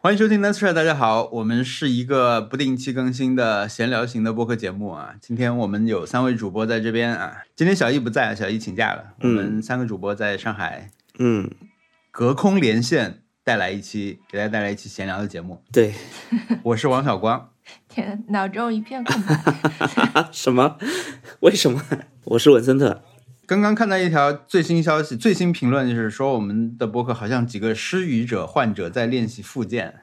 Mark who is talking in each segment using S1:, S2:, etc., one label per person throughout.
S1: 欢迎收听 Nice Try，大家好，我们是一个不定期更新的闲聊型的播客节目啊。今天我们有三位主播在这边啊，今天小易不在，小易请假了，我们三个主播在上海
S2: 嗯，
S1: 隔空连线，带来一期给大家带来一期闲聊的节目。
S2: 对，
S1: 我是王小光，
S3: 天，脑中一片空白。
S2: 啊，什么？ 为什么？我是文森特。
S1: 刚刚看到一条最新消息，最新评论就是说我们的播客好像几个失语者患者在练习复健，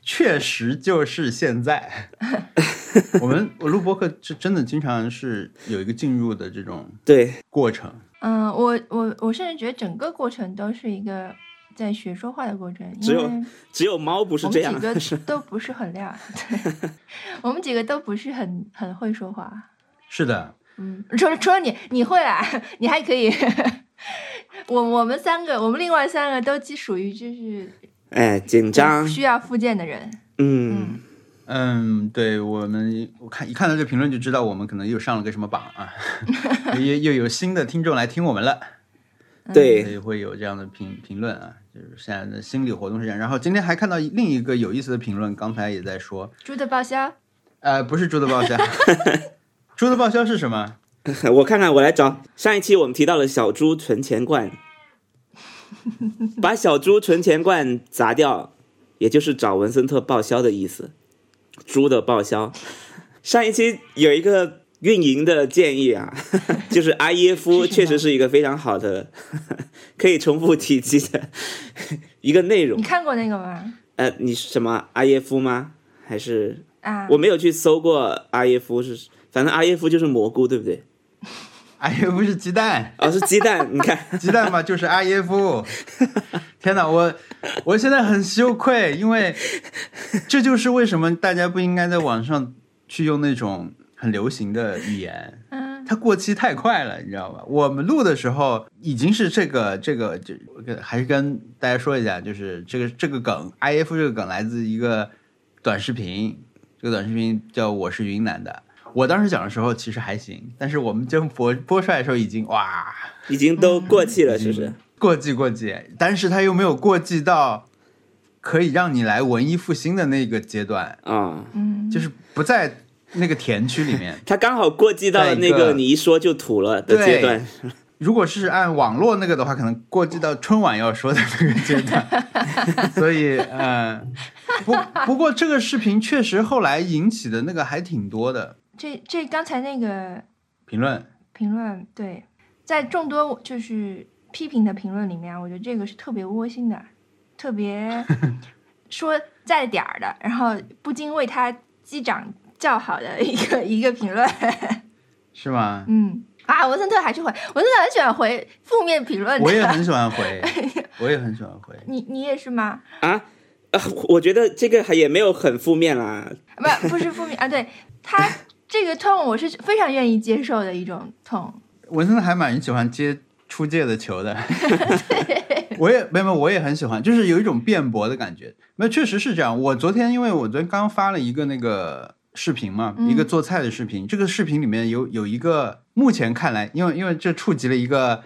S1: 确实就是现在。 我们我录播客是真的经常是有一个进入的这种
S2: 对，
S1: 过程，
S3: 嗯，我我我甚至觉得整个过程都是一个在学说话的过程，
S2: 只
S3: 因为
S2: 有只有猫不是
S3: 我
S2: 这
S3: 们
S2: 样
S3: 几， 个都不是很亮，对， 我们几个都不是很很会说话。
S1: 是的，
S3: 嗯，除了除了你，你会啊， 你还可以。我我们三个，我们另外三个都既属于就是
S2: 哎，紧张，
S3: 需要复健的人。
S2: 嗯，
S1: 嗯，对我们我看一看到这评论就知道我们可能又上了个什么榜啊， 又又有新的听众来听我们了。所
S3: 嗯
S2: 对，
S1: 以会有这样的评评论啊，就是现在的心理活动是这样。然后今天还看到另一个有意思的评论，刚才也在说，
S3: 猪的报销，
S1: 呃，不是猪的报销， 猪的报销是什么？
S2: 嗯 我看看，我来找上一期我们提到了小猪存钱 罐，把小猪存钱罐砸掉，也就是找文森特报销的意思，猪的报销。上一期有一个运营的建议啊， 就是阿耶夫
S3: 是什么
S2: 确实是一个非常好的， 可以重复提及的一个内容
S3: 你。看过那个吗？
S2: 呃，你是什么阿耶夫吗？还是
S3: 啊，
S2: 我没有去搜过阿耶夫是？反正阿耶夫就是蘑菇，对不对？
S1: 哎呀，不是鸡蛋，
S2: 哦，是鸡蛋，你看，
S1: 鸡蛋嘛就是阿耶夫。天哪，我我现在很羞愧，因为这就是为什么大家不应该在网上去用那种很流行的语言。
S3: 嗯，
S1: 它过期太快了，你知道吧？我们录的时候已经是这个这个这我跟还是跟大家说一下，就是这个这个梗，I F 这个梗来自一个短视频，这个短视频叫《我是云南的》。我当时讲的时候其实还行，但是我们真播播出来的时候已经哇
S2: 已经都过气了，是不是？
S1: 嗯过季过季，但是它又没有过季到可以让你来文艺复兴的那个阶段，
S2: 啊、
S3: 嗯，
S1: 就是不在那个甜区里 面。
S2: 它刚好过季到
S1: 在
S2: 了那
S1: 一个
S2: 个你一说就吐了的阶段，
S1: 如果是按网络那个的话，可能过继到春晚要说的那个阶段， 所以呃，不不过这个视频确实后来引起的那个还挺多的
S3: 这这刚才那个
S1: 评论，
S3: 评论，对，在众多就是批评的评论里面，我觉得这个是特别窝心的，特别说在点儿的，然后不禁为他击掌叫好的一个一个评论。
S1: 是吗？
S3: 嗯，啊，文森特还是回，文森特很喜欢回负面评论
S1: 我也
S3: 的。
S1: 很喜欢回，我也很喜欢回。
S3: 你你也是吗？
S2: 啊啊！我觉得这个还也没有很负面啦，
S3: 不不是负面啊，对他这个痛我是非常愿意接受的一种痛。
S1: 文森还蛮喜欢接出界的 球的，我也没有，没有我也很喜欢，就是有一种辩驳的感觉。那确实是这样。我昨天因为我昨天刚发了一个那个视频嘛，
S3: 嗯
S1: 一个做菜的视频。这个视频里面有有一个，目前看来，因为因为这触及了一个，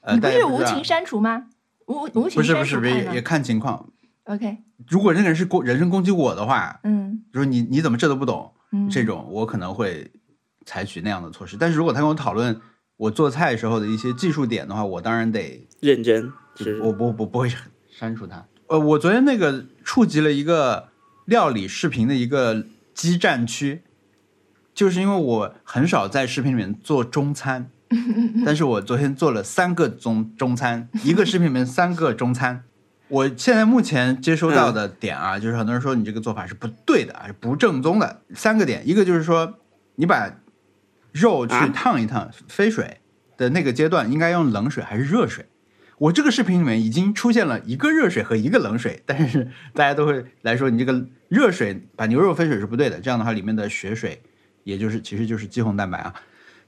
S1: 呃，
S3: 你不
S1: 大
S3: 是
S1: 家
S3: 无
S1: 知道
S3: 情删除吗？无无情
S1: 不是
S3: 删
S1: 不是
S3: 除
S1: 不是
S3: 派
S1: 也
S3: 吗
S1: 也看情况。
S3: ？OK，
S1: 如果那个人是攻人身攻击我的话，
S3: 嗯
S1: 就是你你怎么这都不懂，
S3: 嗯，
S1: 这种我可能会采取那样的措施。但是如果他跟我讨论我做菜时候的一些技术点的话，我当然得
S2: 认真是
S1: 我不不不会删除它。呃，我昨天那个触及了一个料理视频的一个激战区，就是因为我很少在视频里面做中餐，但是我昨天做了三个中中餐，一个视频里面三个中餐。我现在目前接收到的点啊，就是很多人说你这个做法是不对的，啊，是不正宗的。三个点，一个就是说你把肉去
S2: 啊
S1: 烫一烫，飞水的那个阶段应该用冷水还是热水？我这个视频里面已经出现了一个热水和一个冷水，但是大家都会来说你这个热水把牛肉飞水是不对的，这样的话里面的血水，也就是其实就是肌红蛋白啊，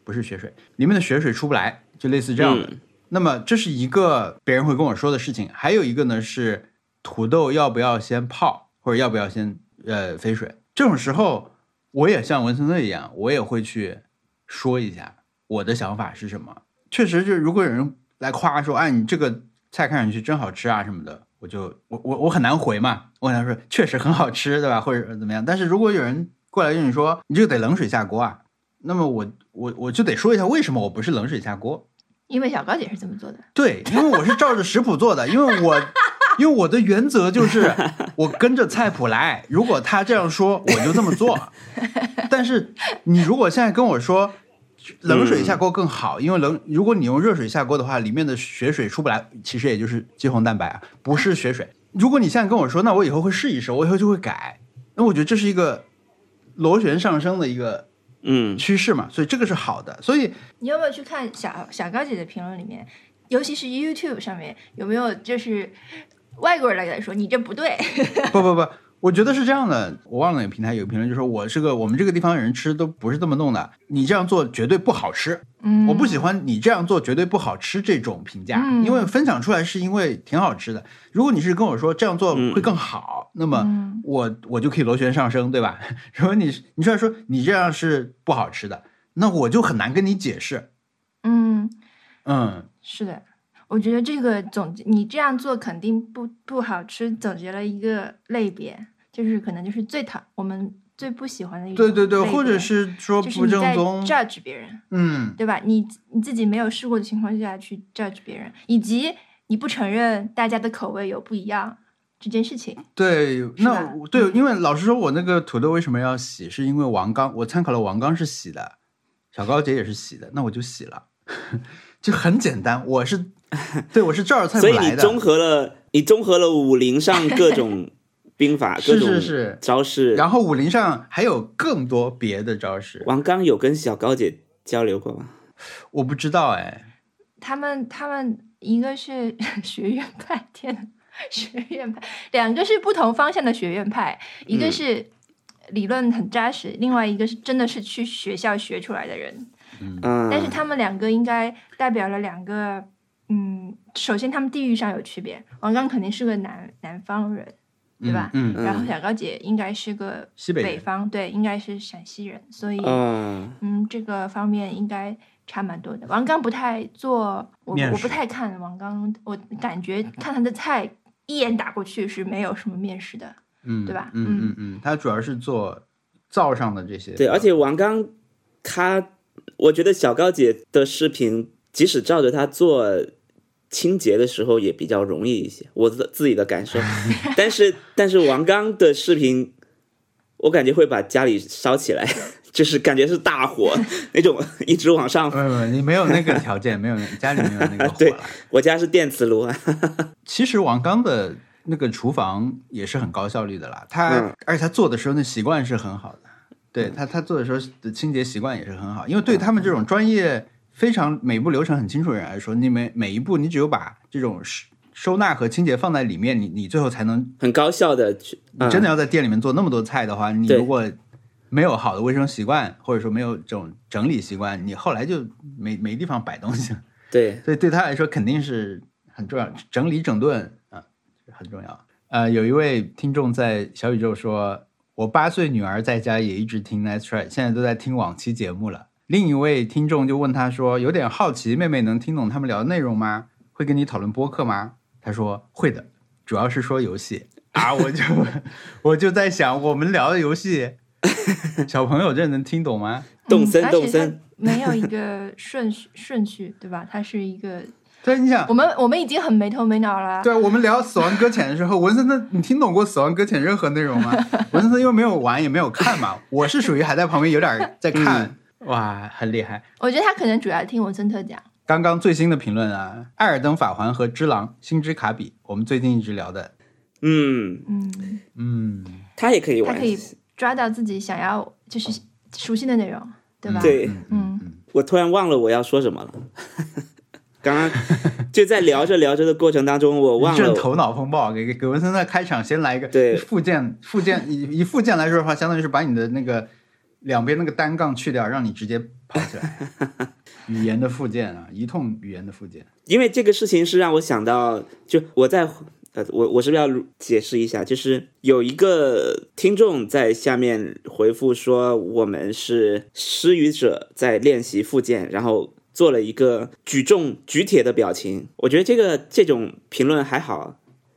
S1: 不是血水，里面的血水出不来，就类似这样的。
S2: 嗯
S1: 那么这是一个别人会跟我说的事情，还有一个呢是土豆要不要先泡，或者要不要先呃飞水。这种时候，我也像文森特一样，我也会去说一下我的想法是什么。确实，就是如果有人来夸说，哎，你这个菜看上去真好吃啊什么的，我就我我我很难回嘛，我很难说确实很好吃，对吧？或者怎么样？但是如果有人过来跟你说你这个得冷水下锅啊，那么我我我就得说一下为什么我不是冷水下锅。
S3: 因为小高姐是这么做的。
S1: 对，因为我是照着食谱做的，因为我因为我的原则就是我跟着菜谱来，如果他这样说我就这么做。但是你如果现在跟我说冷水下锅更好，因为冷如果你用热水下锅的话，里面的血水出不来，其实也就是肌红蛋白啊，不是血水。如果你现在跟我说，那我以后会试一试，我以后就会改，那我觉得这是一个螺旋上升的一个
S2: 嗯，
S1: 趋势嘛，所以这个是好的，所以
S3: 你有没有去看小小高姐的评论里面，尤其是 YouTube 上面有没有就是外国人来说你这不对？
S1: 不不不，我觉得是这样的，我忘了有平台有评论就说我这个我们这个地方人吃都不是这么弄的，你这样做绝对不好吃，
S3: 嗯，
S1: 我不喜欢你这样做绝对不好吃这种评价，
S3: 嗯
S1: 因为分享出来是因为挺好吃的。如果你是跟我说这样做会更好，那么
S3: 嗯
S1: 我我就可以螺旋上升，对吧？ 如果你你虽然说你这样是不好吃的，那我就很难跟你解释，
S3: 嗯，
S1: 嗯。
S3: 是的，我觉得这个总结你这样做肯定不不好吃，总结了一个类别，就是可能就是最讨我们最不喜欢的一种
S1: 对对对，
S3: 类别
S1: 或者是说
S3: 就是
S1: 不
S3: 你在
S1: 正宗，
S3: judge 别人，
S1: 嗯，
S3: 对吧？你你自己没有试过的情况下去 judge 别人，以及你不承认大家的口味有不一样这件事情。
S1: 对，
S3: 是
S1: 那
S3: 吧
S1: 我对，
S2: 嗯
S1: 因为老实说，我那个土豆为什么要洗，是因为王刚，我参考了王刚是洗的，小高姐也是洗的，那我就洗了， 就很简单。我 是对，我是照着菜谱
S2: 所以
S1: 来
S2: 你
S1: 的，
S2: 综合了，你综合了武 林上各种兵法、各
S1: 是
S2: 种
S1: 是是。
S2: 招式。
S1: 然后武林上还有更多别的招式，
S2: 王刚有跟小高姐交流过吗？
S1: 我不知道哎，
S3: 他们他们一个是 学院派，天呐，学院派，两个是不同方向的学院派，一个是理论很扎实，另外一个是真的是去学校学出来的人。
S2: 嗯，
S3: 但是他们两个应该代表了两个，嗯，首先他们地域上有区别，王刚肯定是个南南方人，对吧？
S1: 嗯，嗯
S3: 然后小高姐应该是个
S1: 西北
S3: 北
S1: 人，
S3: 方，对，应该是陕西人，所以
S2: 啊，
S3: 嗯，这个方面应该差蛮多的。王刚不太做，我
S1: 面
S3: 我不
S1: 食
S3: 太看王刚，我感觉看他的菜一眼打过去是没有什么面食的。
S1: 嗯，
S3: 对吧
S1: 嗯嗯嗯，他主要是做灶上的这些，
S2: 对，而且王刚他，我觉得小高姐的视频，即使照着她做清洁的时候，也比较容易一些，我的自己的感 受。但是但是王刚的视频，我感觉会把家里烧起来， 就是感觉是大火那种，一直往上。
S1: 没有，没有，你没有那个条件，没有那家里没有那个火
S2: 对
S1: 了。
S2: 我家是电磁炉啊，
S1: 其实王刚的那个厨房也是很高效率的啦，他、
S2: 嗯
S1: 而且他做的时候那习惯是很好的，对他他做的时候的清洁习惯也是很好，因为
S2: 嗯
S1: 对他们这种专业非常每步流程很清楚的人来说，你每每一步你只有把这种收收纳和清洁放在里面，你你最后才能
S2: 很高效的去。
S1: 你
S2: 嗯
S1: 真的要在店里面做那么多菜的话，你
S2: 对
S1: 如果没有好的卫生习惯，或者说没有这种整理习惯，你后来就没没地方摆东西了。
S2: 对，
S1: 所以对他来说肯定是很重要，整理整顿啊很重要。呃，有一位听众在小宇宙说，我八岁女儿在家也一直听 Nice Try，现在都在听往期节目了。另一位听众就问他说，有点好奇，妹妹能听懂他们聊的内容吗？会跟你讨论播客吗？他说会的，主要是说游戏啊。我就 我就在想，我们聊的游戏，小朋友这能听懂吗？
S2: 动
S3: 嗯
S2: 森
S3: 而
S2: 动
S3: 且它
S2: 森
S3: 没有一个顺序顺序，对吧？它是一个，
S1: 对，你想
S3: 我，们我们已经很没头没脑了。
S1: 啊 对，我们聊《死亡搁浅》的时候，文森特，你听懂过《死亡搁浅》任何内容 吗？文森特因为没有玩也没有看嘛，我是属于还在旁边有点在 看，哇，很厉害。
S3: 我觉得他可能主要听文森特讲。
S1: 刚刚最新的评论啊，《艾尔登法环》和《只狼》《星之卡比》，我们最近一直聊的，
S2: 嗯，
S3: 嗯，
S1: 嗯，
S2: 他也可以
S3: 他
S2: 玩
S3: 可。以抓到自己想要就是熟悉的内容，对吧？
S2: 对
S1: 嗯
S3: 嗯
S1: 嗯
S2: 我突然忘了我要说什么了。 刚刚就在聊着聊着的过程当中，我
S1: 嗯，一
S2: 忘
S1: 阵
S2: 了。
S1: 头脑风暴，给给给文森特开场先来一个
S2: 对
S1: 附件，附件以以附件来说的话，相当于是把你的那个两边那个单杠去掉，让你直接跑起 来。语言的附件啊，一通语言的附件。
S2: 因为这个事情是让我想到，就我在呃，我我是不是要解释一下？就是有一个听众在下面回复说，我们是失语者在练习复健，然后做了一个举重举铁的表情。我觉得这个这种评论还好，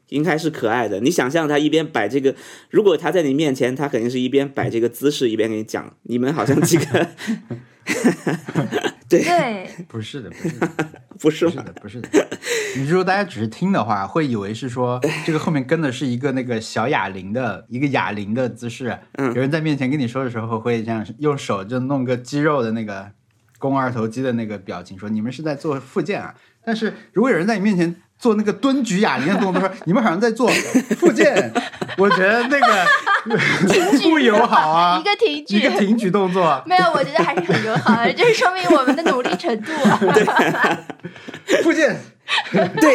S2: 应该是可爱的。你想象他一边摆这个，如果他在你面前，他肯定是一边摆这个姿势，一边给你讲，你们好像几个 对
S3: 对，
S1: 不是 的，不是的，
S2: 不是
S1: 不是
S2: 吗
S1: 的，不是的。你如果大家只是听的话，会以为是 说这个后面跟的是一个那个小哑铃的一个哑铃的姿势。
S2: 嗯
S1: 有人在面前跟你说的时候，会这样用手就弄个肌肉的那个肱二头肌的那个表情，说你们是在做复健啊。但是如果有人在你面前做那个蹲举哑铃的动作，说你们好像在做复 健，我觉得那个 不友好啊
S3: 一，个停
S1: 一
S3: 止
S1: 个。挺举动作。
S3: 没有，我觉得还是很友好 的，这说明我们的努力程度。
S1: 复健，
S2: 对，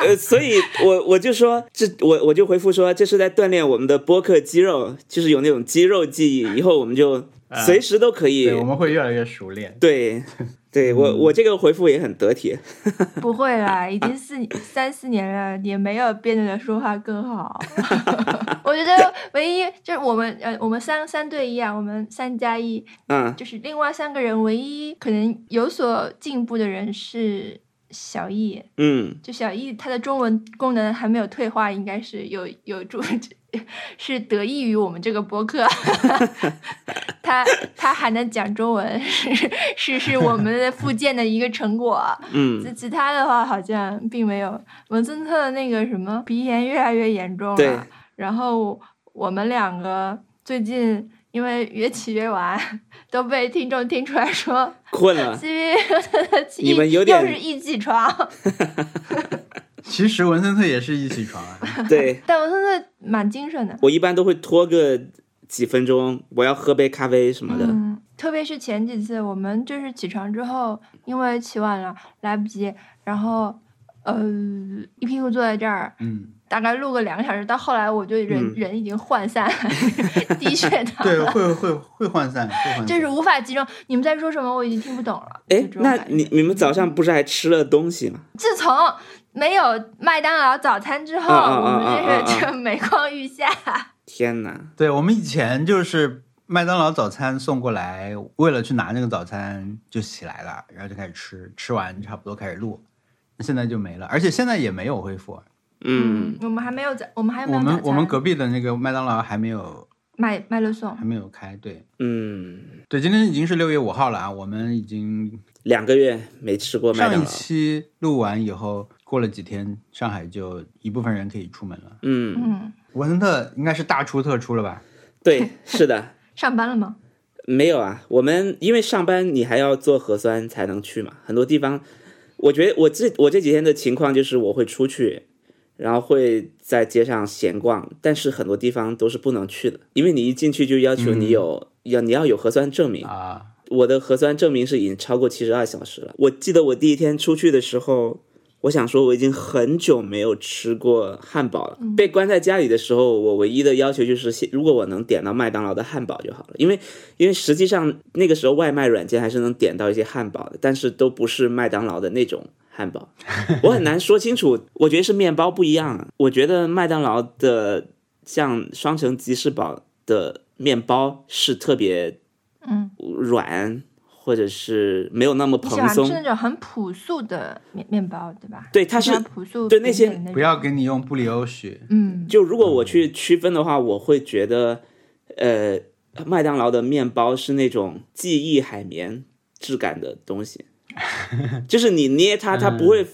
S2: 呃，所以我我就说，这我我就回复说，这是在锻炼我们的播客肌肉，就是有那种肌肉记忆，以后我们就随时都可以。
S1: 对，我们嗯会越来越熟练。
S2: 对，对我我这个回复也很得体。
S3: 不会啦，已经四三四年了，也没有变得说话更好。 我觉得唯一就是我们呃，我们三三对一啊，我们三加一，
S2: 嗯，
S3: 就是另外三个人唯一可能有所进步的人是小易。
S2: 嗯，
S3: 就小易他的中文功能还没有退化，应该是有有助， 是得益于我们这个播客。 他他还能讲中文，是是是我们的复健的一个成果。
S2: 嗯，
S3: 其其他的话好像并没有。文森特的那个什么鼻炎越来越严重
S2: 对
S3: 了，然后我们两个最近因为越起越晚，都被听众听出来说
S2: 困了。
S3: ，CV
S2: 你们有点
S3: 又是一起床，
S1: 其实文森特也是一起床啊。
S2: 对
S3: 但文森特蛮精神的。
S2: 我一般都会拖个几分钟，我要喝杯咖啡什么的。
S3: 嗯，特别是前几次我们就是起床之后，因为起晚了来不及，然后呃一屁股坐在这儿，
S1: 嗯，
S3: 大概录个两个小时，到后来我就人、
S2: 嗯
S3: 人已经涣散了， 低血糖
S1: 对，
S3: 了，
S1: 会会会涣散，会涣散。
S3: 就是无法集中。你们在说什么，我已经听不懂了。
S2: 哎、
S3: 就这种
S2: 那
S3: 感觉
S2: 你你们早上不是还吃了东西吗？
S3: 自从没有麦当劳早餐之后，
S2: 啊啊啊啊啊
S3: 我们就是这每况愈下。
S2: 天哪！
S1: 对我们以前就是麦当劳早餐送过来，为了去拿那个早餐就起来了，然后就开始吃，吃完差不多开始录。那现在就没了，而且现在也没有恢复。
S2: 嗯，
S3: 我们还没有早，我们还没有
S1: 我
S3: 早
S1: 们
S3: 餐
S1: 我们隔壁的那个麦当劳还没有
S3: 麦麦乐颂
S1: 还，没有开。对
S2: 嗯，
S1: 对，今天已经是六月五号了啊，我们已经
S2: 两个月没吃过麦
S1: 上
S2: 当
S1: 一
S2: 劳。
S1: 期录完以后，过了几天，上海就一部分人可以出门了。
S2: 嗯，
S3: 嗯，
S1: 文森特应该是大出特出了吧？
S2: 对，是的。
S3: 上班了吗？
S2: 没有啊，我们因为上班你还要做核酸才能去嘛，很多地方，我觉得我这我这几天的情况就是我会出去，然后会在街上闲逛，但是很多地方都是不能去的，因为你一进去就要求你有、要你要有核酸证明，
S1: 啊，
S2: 我的核酸证明是已经超过七十二小时了。我记得我第一天出去的时候，我想说我已经很久没有吃过汉堡
S3: 嗯
S2: 了。被关在家里的时候，我唯一的要求就是先，如果我能点到麦当劳的汉堡就好了，因为因为实际上那个时候外卖软件还是能点到一些汉堡的，但是都不是麦当劳的那种。汉 堡，我很难说清楚。我觉得是面包不一样、啊。我觉得麦当劳的像双层吉士堡的面包是特别
S3: 嗯，
S2: 软，或者是没有那么
S3: 你喜
S2: 蓬
S3: 欢吃那
S2: 松。
S3: 种很朴素的面面包，对吧？
S2: 对，它
S3: 比较
S2: 是
S3: 朴素
S2: 对那些
S3: 经典的种
S1: 不要给你用布里欧许。
S3: 嗯
S2: 就如果我去区分的话，我会觉得，呃，麦当劳的面包是那种记忆海绵质感的东 西，就是你捏
S3: 嗯
S2: 它，它不会，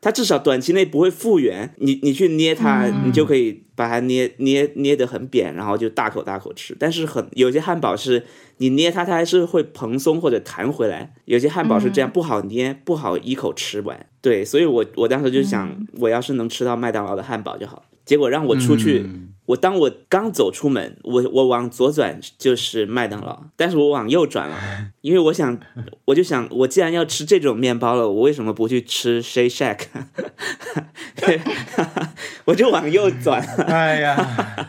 S2: 它至少短期内不会复原。你你去捏它，
S3: 嗯
S2: 你就可以把它捏捏捏得很扁，然后就大口大口吃。但是很有些汉堡是你捏它，它还是会蓬松或者弹回来。有些汉堡是这样，不好捏，不好一口吃完。对，所以我我当时就想，我要是能吃到麦当劳的汉堡就好了。结果让我出去，
S1: 嗯
S2: 我当我刚走出门，我我往左转就是麦当劳，但是我往右转了，因为我想，我就想，我既然要吃这种面包了，我为什么不去吃 Shake Shack？我就往右转，
S1: 哎呀。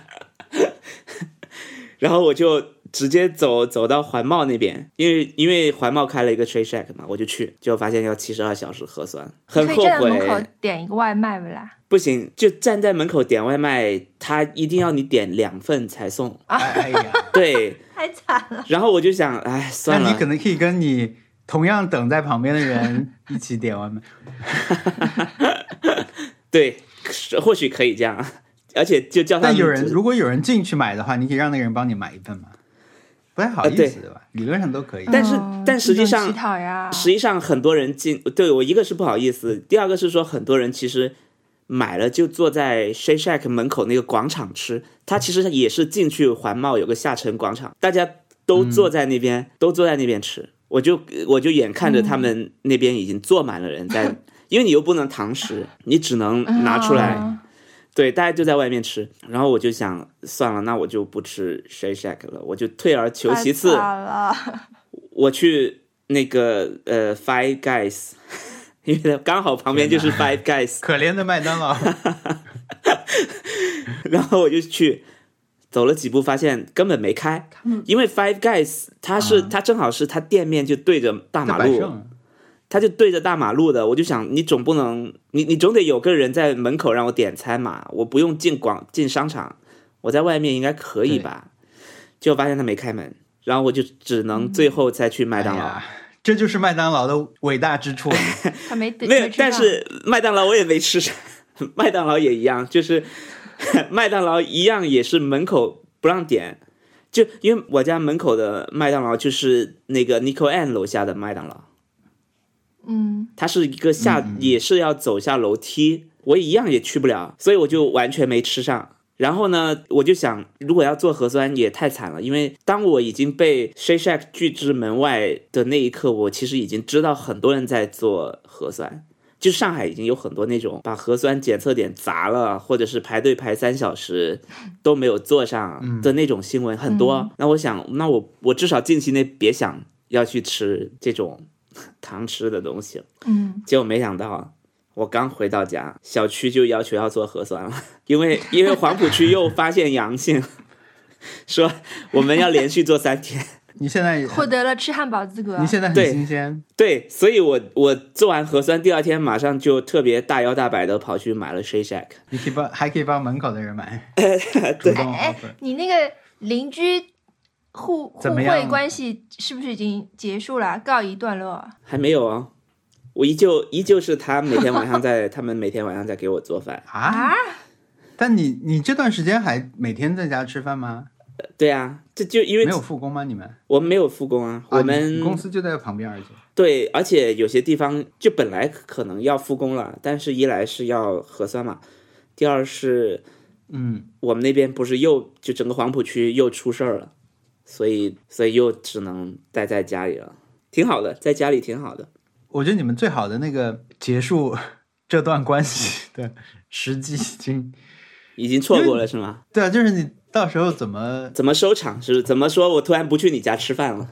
S2: 然后我就直接走走到环贸那边，因为因为环贸开了一个 Shake Shack 嘛，我就去，结果发现要七十二小时核酸，很
S3: 嗯可以
S2: 后
S3: 站在门口
S2: 悔，
S3: 点一个外卖不 啦？
S2: 不行，就站在门口点外卖，他一定要你点两份才 送，
S1: 哎呀，
S2: 对，
S3: 太惨了，
S2: 然后我就想，哎，
S1: 那
S2: 算了，
S1: 你可能可以跟你同样 等在旁边的人一起点外卖。
S2: 对，是或许可以这样 啊，而且就叫他
S1: 但
S2: 们
S1: 有人
S2: 就
S1: 如果有人进去买的话，你可以让那个人帮你买一份吗？不太好
S2: 呃
S1: 意
S2: 对
S1: 思，对吧？理论上都可以。
S2: 但是
S3: 嗯
S2: 但实际
S3: 这种
S2: 上
S3: 乞讨呀，
S2: 实际上很多人进对我一个是不好意思，第二个是说很多人其实买了就坐在 Shake Shack 门口那个广场吃，他其实也是进去环贸有个下沉广场，大家都坐在那边，都坐在那边吃，我就我就眼看着他们那边已经坐满了人在，因为你又不能堂食，你只能拿出来。
S3: 啊
S2: 对，大家就在外面吃，然后我就想，算了，那我就不吃 Shake Shack 了，我就退而求
S3: 啊
S2: 其次，
S3: 太惨了，
S2: 我去那个呃 Five Guys，因 为刚好旁边就是
S1: 天
S2: Five Guys，
S1: 可怜的麦当劳，
S2: 然后我就去走了几步，发现根本没开，因为 Five Guys 它是、它正好是它店面就对着大
S1: 在
S2: 马
S1: 百
S2: 路，
S1: 盛
S2: 他就对着大马路的，我就想，你总不能，你你总得有个人在门口让我点餐嘛，我不用进广进商场，我在外面应该可以吧？结果发现他没开门，然后我就只能最后再去麦当劳。
S1: 哎呀这就是麦当劳的伟大之 处。
S3: 他没得
S2: 没有
S3: 吃，
S2: 但
S3: 上
S2: 是麦当劳我也没吃啥， 麦当劳也一样，就是 麦当劳一样也是门口不让点，就因为我家门口的麦当劳就是那个 Nico Ann 楼下的麦当劳。
S3: 嗯，
S2: 它是一个下、也是要走下楼梯，我一样也去不了，所以我就完全没吃上。然后呢，我就想，如果要做核酸也太惨了，因为当我已经被 Shake Shack 拒之门外的那一刻，我其实已经知道很多人在做核酸。就上海已经有很多那种把核酸检测点砸了，或者是排队排三小时都没有做上的那种新闻很多。那我想，那我我至少近期内别想要去吃这种 糖吃的东西了。
S3: 嗯，
S2: 结果没想到，我刚回到家，小区就要求要做核酸了，因为因为黄浦区又发现阳性，说我们要连续做三天。
S1: 你现 在，
S3: 获得了吃汉堡资格
S1: 你。现在很
S2: 对
S1: 新鲜，
S2: 对，所以我我做完核酸第二天，马上就特别大摇大摆的跑去买了 Shake Shack。
S1: 你可以帮，还可以帮门口的人 买。主动 offer
S3: 哎你那个邻居互
S1: 怎
S3: 互
S1: 么样
S3: 惠关系是不是已经结束了，告一段落？
S2: 还没有哦，我依旧依旧是他每天晚上在他们每天晚上在给我做饭。
S1: 啊？但你你这段时间还每天在家吃饭吗？
S2: 对啊，这就因为
S1: 没有复工吗？你们？
S2: 我们没有复工啊，
S1: 啊
S2: 我
S1: 你
S2: 们
S1: 你公司就在旁边而已。
S2: 对，而且有些地方就本来可能要复工了，但是一来是要核酸嘛，第二是
S1: 嗯，
S2: 我们那边不是又就整个黄浦区又出事儿了，所以所以又只能待在家里了，挺好的，在家里挺好的。
S1: 我觉得你们最好的那个结束这段关系
S2: 嗯
S1: 的时机已经
S2: 已经错过了是吗？
S1: 对啊，就是你到时候怎么
S2: 怎么收场是？怎么说我突然不去你家吃饭了？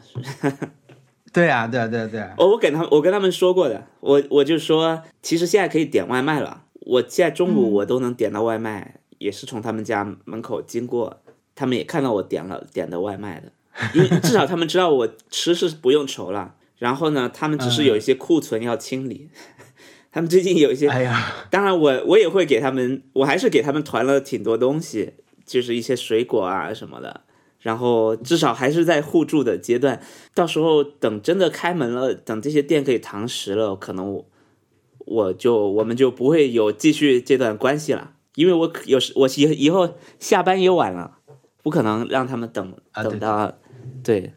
S1: 对啊，对啊，对啊，对啊，
S2: 哦，我给他们，我跟他们说过的，我我就说，其实现在可以点外卖了。我现在中午我都能点到外卖，也是从他们家门口经过，他们也看到我点了点的外卖的，因为至少他们知道我吃是不用愁了。然后呢，他们只是有一些库存要清理， 他们最近有一些，
S1: 哎呀，
S2: 当然我我也会给他们，我还是给他们团了挺多东西，就是一些水果啊什么的。然后至少还是在互助的阶段。到时候等真的开门了，等这些店可以堂食了，可能我我就我们就不会有继续这段关系了，因为我可有时我以以后下班也晚了，不可能让他们等
S1: 啊
S2: 等
S1: 对
S2: 到，对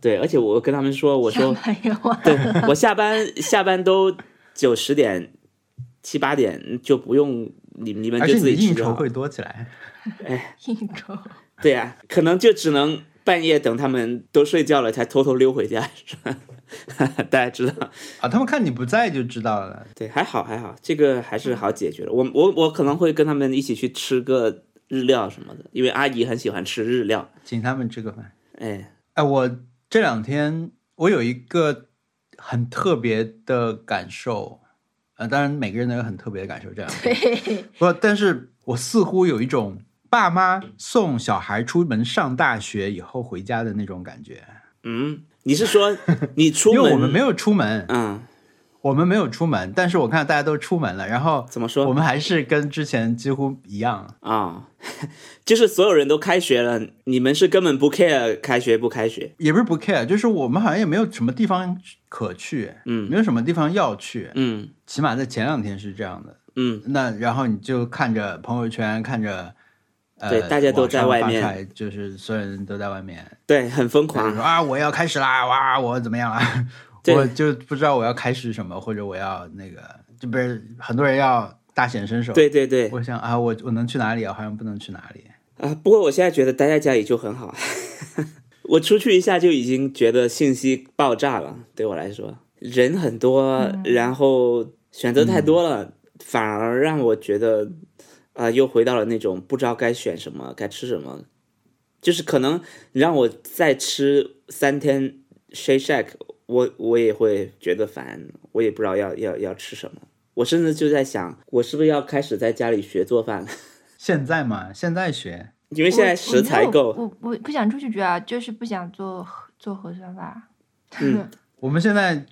S2: 对，而且我跟他们说，我说
S3: 没有啊，
S2: 对我下班下班都九十点七八点就不用你你们
S1: 而
S2: 就
S1: 且你
S2: 自
S1: 的
S2: 己去
S1: 应
S2: 就好
S1: 酬会多起来。
S3: 应 酬。
S2: 对呀、可能就只能半夜等他们都睡觉了，才偷偷溜回家，是吧？ 大家知道，
S1: 啊，他们看你不在就知道了。
S2: 对，还好还好，这个还是好解决的。我我我可能会跟他们一起去吃个日料什么的，因为阿姨很喜欢吃日料。
S1: 请他们吃个饭。
S2: 哎，
S1: 哎，我这两天我有一个很特别的感受，呃，当然每个人都有很特别的感受，这样。
S3: 对，
S1: 不，但是我似乎有一种爸妈送小孩出门上大学以后回家的那种感觉，
S2: 嗯，你是说你出
S1: 因
S2: 门？
S1: 为我们没有出门，
S2: 嗯，
S1: 我们没有出门，但是我看大家都出门了，然后
S2: 怎么
S1: 我
S2: 说
S1: 们还是跟之前几乎一样。
S2: 啊、 就是所有人都开学了，你们是根本不 care 开学不开学。
S1: 也不是不 care，就是我们好像也没有什么地方可去，
S2: 嗯
S1: 没有什么地方要去，
S2: 嗯
S1: 起码在前两天是这样的。
S2: 嗯，
S1: 那然后你就看着朋友圈，看着，呃，
S2: 对大家都在外
S1: 网
S2: 面
S1: 上发出来，就是所有人都在外面，
S2: 对，很疯
S1: 就是说
S2: 狂，
S1: 啊，我要开始啦，哇，我怎么样啦？
S2: 对
S1: 我就不知道我要开始什么，或者我要那个，这不是很多人要大显身手。，
S2: 对对对
S1: 我想啊，我我能去哪里啊？好像不能去哪里。
S2: 啊！不过我现在觉得待在家里就很好， 我出去一下就已经觉得信息爆炸了，对我来说，人很多，
S3: 嗯
S2: 然后选择太多了，反而让我觉得啊、又回到了那种不知道该选什么、该吃什么，就是可能你让我再吃三天 Shake Shack，我我也会觉得烦，我也不知道要要要吃什么。我甚至就在想，我是不是要开始在家里学做饭了？
S1: 现在嘛，现在学，
S2: 因为现在
S3: 我
S2: 食材
S3: 我觉
S2: 够，
S3: 得我我我不想出去主要就是不想做核做核酸吧。
S2: 嗯
S1: 我们现在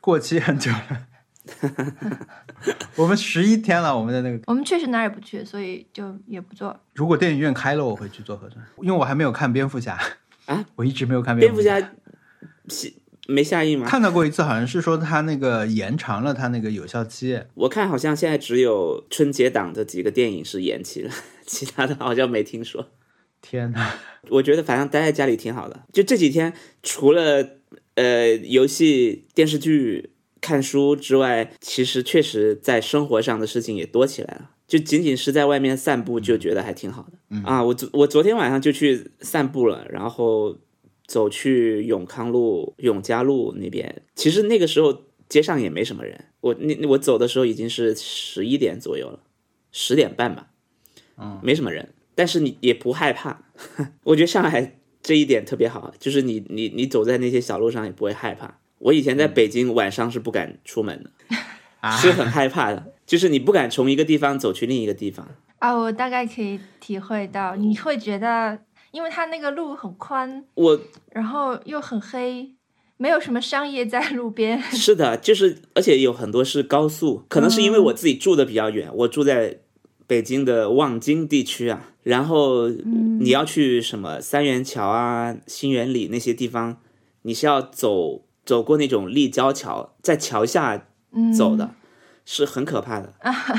S1: 过期很久了， 我们十一天了，我们的那个。
S3: 我们确实哪儿也不去，所以就也不做。
S1: 如果电影院开了，我会去做核酸，因为我还没有看蝙蝠侠
S2: 啊，
S1: 我一直没有看
S2: 蝙
S1: 蝠
S2: 蝠侠是没下映吗？
S1: 看到过一次，好像是说他那个延长了他那个有效期。
S2: 我看好像现在只有春节档的几个电影是延期了， 其他的好像没听说。
S1: 天哪！
S2: 我觉得反正待在家里挺好的。就这几天，除了呃游戏、电视剧、看书之外，其实确实在生活上的事情也多起来了。就仅仅是在外面散步，就觉得还挺好的。啊，我昨我昨天晚上就去散步了，然后走去永康路、永嘉路那边。其实那个时候街上也没什么人，我那我走的时候已经是十一点左右了，十点半吧，嗯，没什么人，但是你也不害怕。我觉得上海这一点特别好，就是你你你走在那些小路上也不会害怕。我以前在北京晚上是不敢出门的，
S1: 啊
S2: 是很害怕的，就是你不敢从一个地方走去另一个地方。
S3: 啊，我大概可以体会到，你会觉得，因为它那个路很宽，
S2: 我
S3: 然后又很黑，没有什么商业在路边。
S2: 是的，就是而且有很多是高速，可能是因为我自己住的比较远，我住在北京的望京地区啊，然后你要去什么三元桥啊、新源里那些地方，你是要走走过那种立交桥，在桥下
S3: 嗯，
S2: 走的，是很可怕的。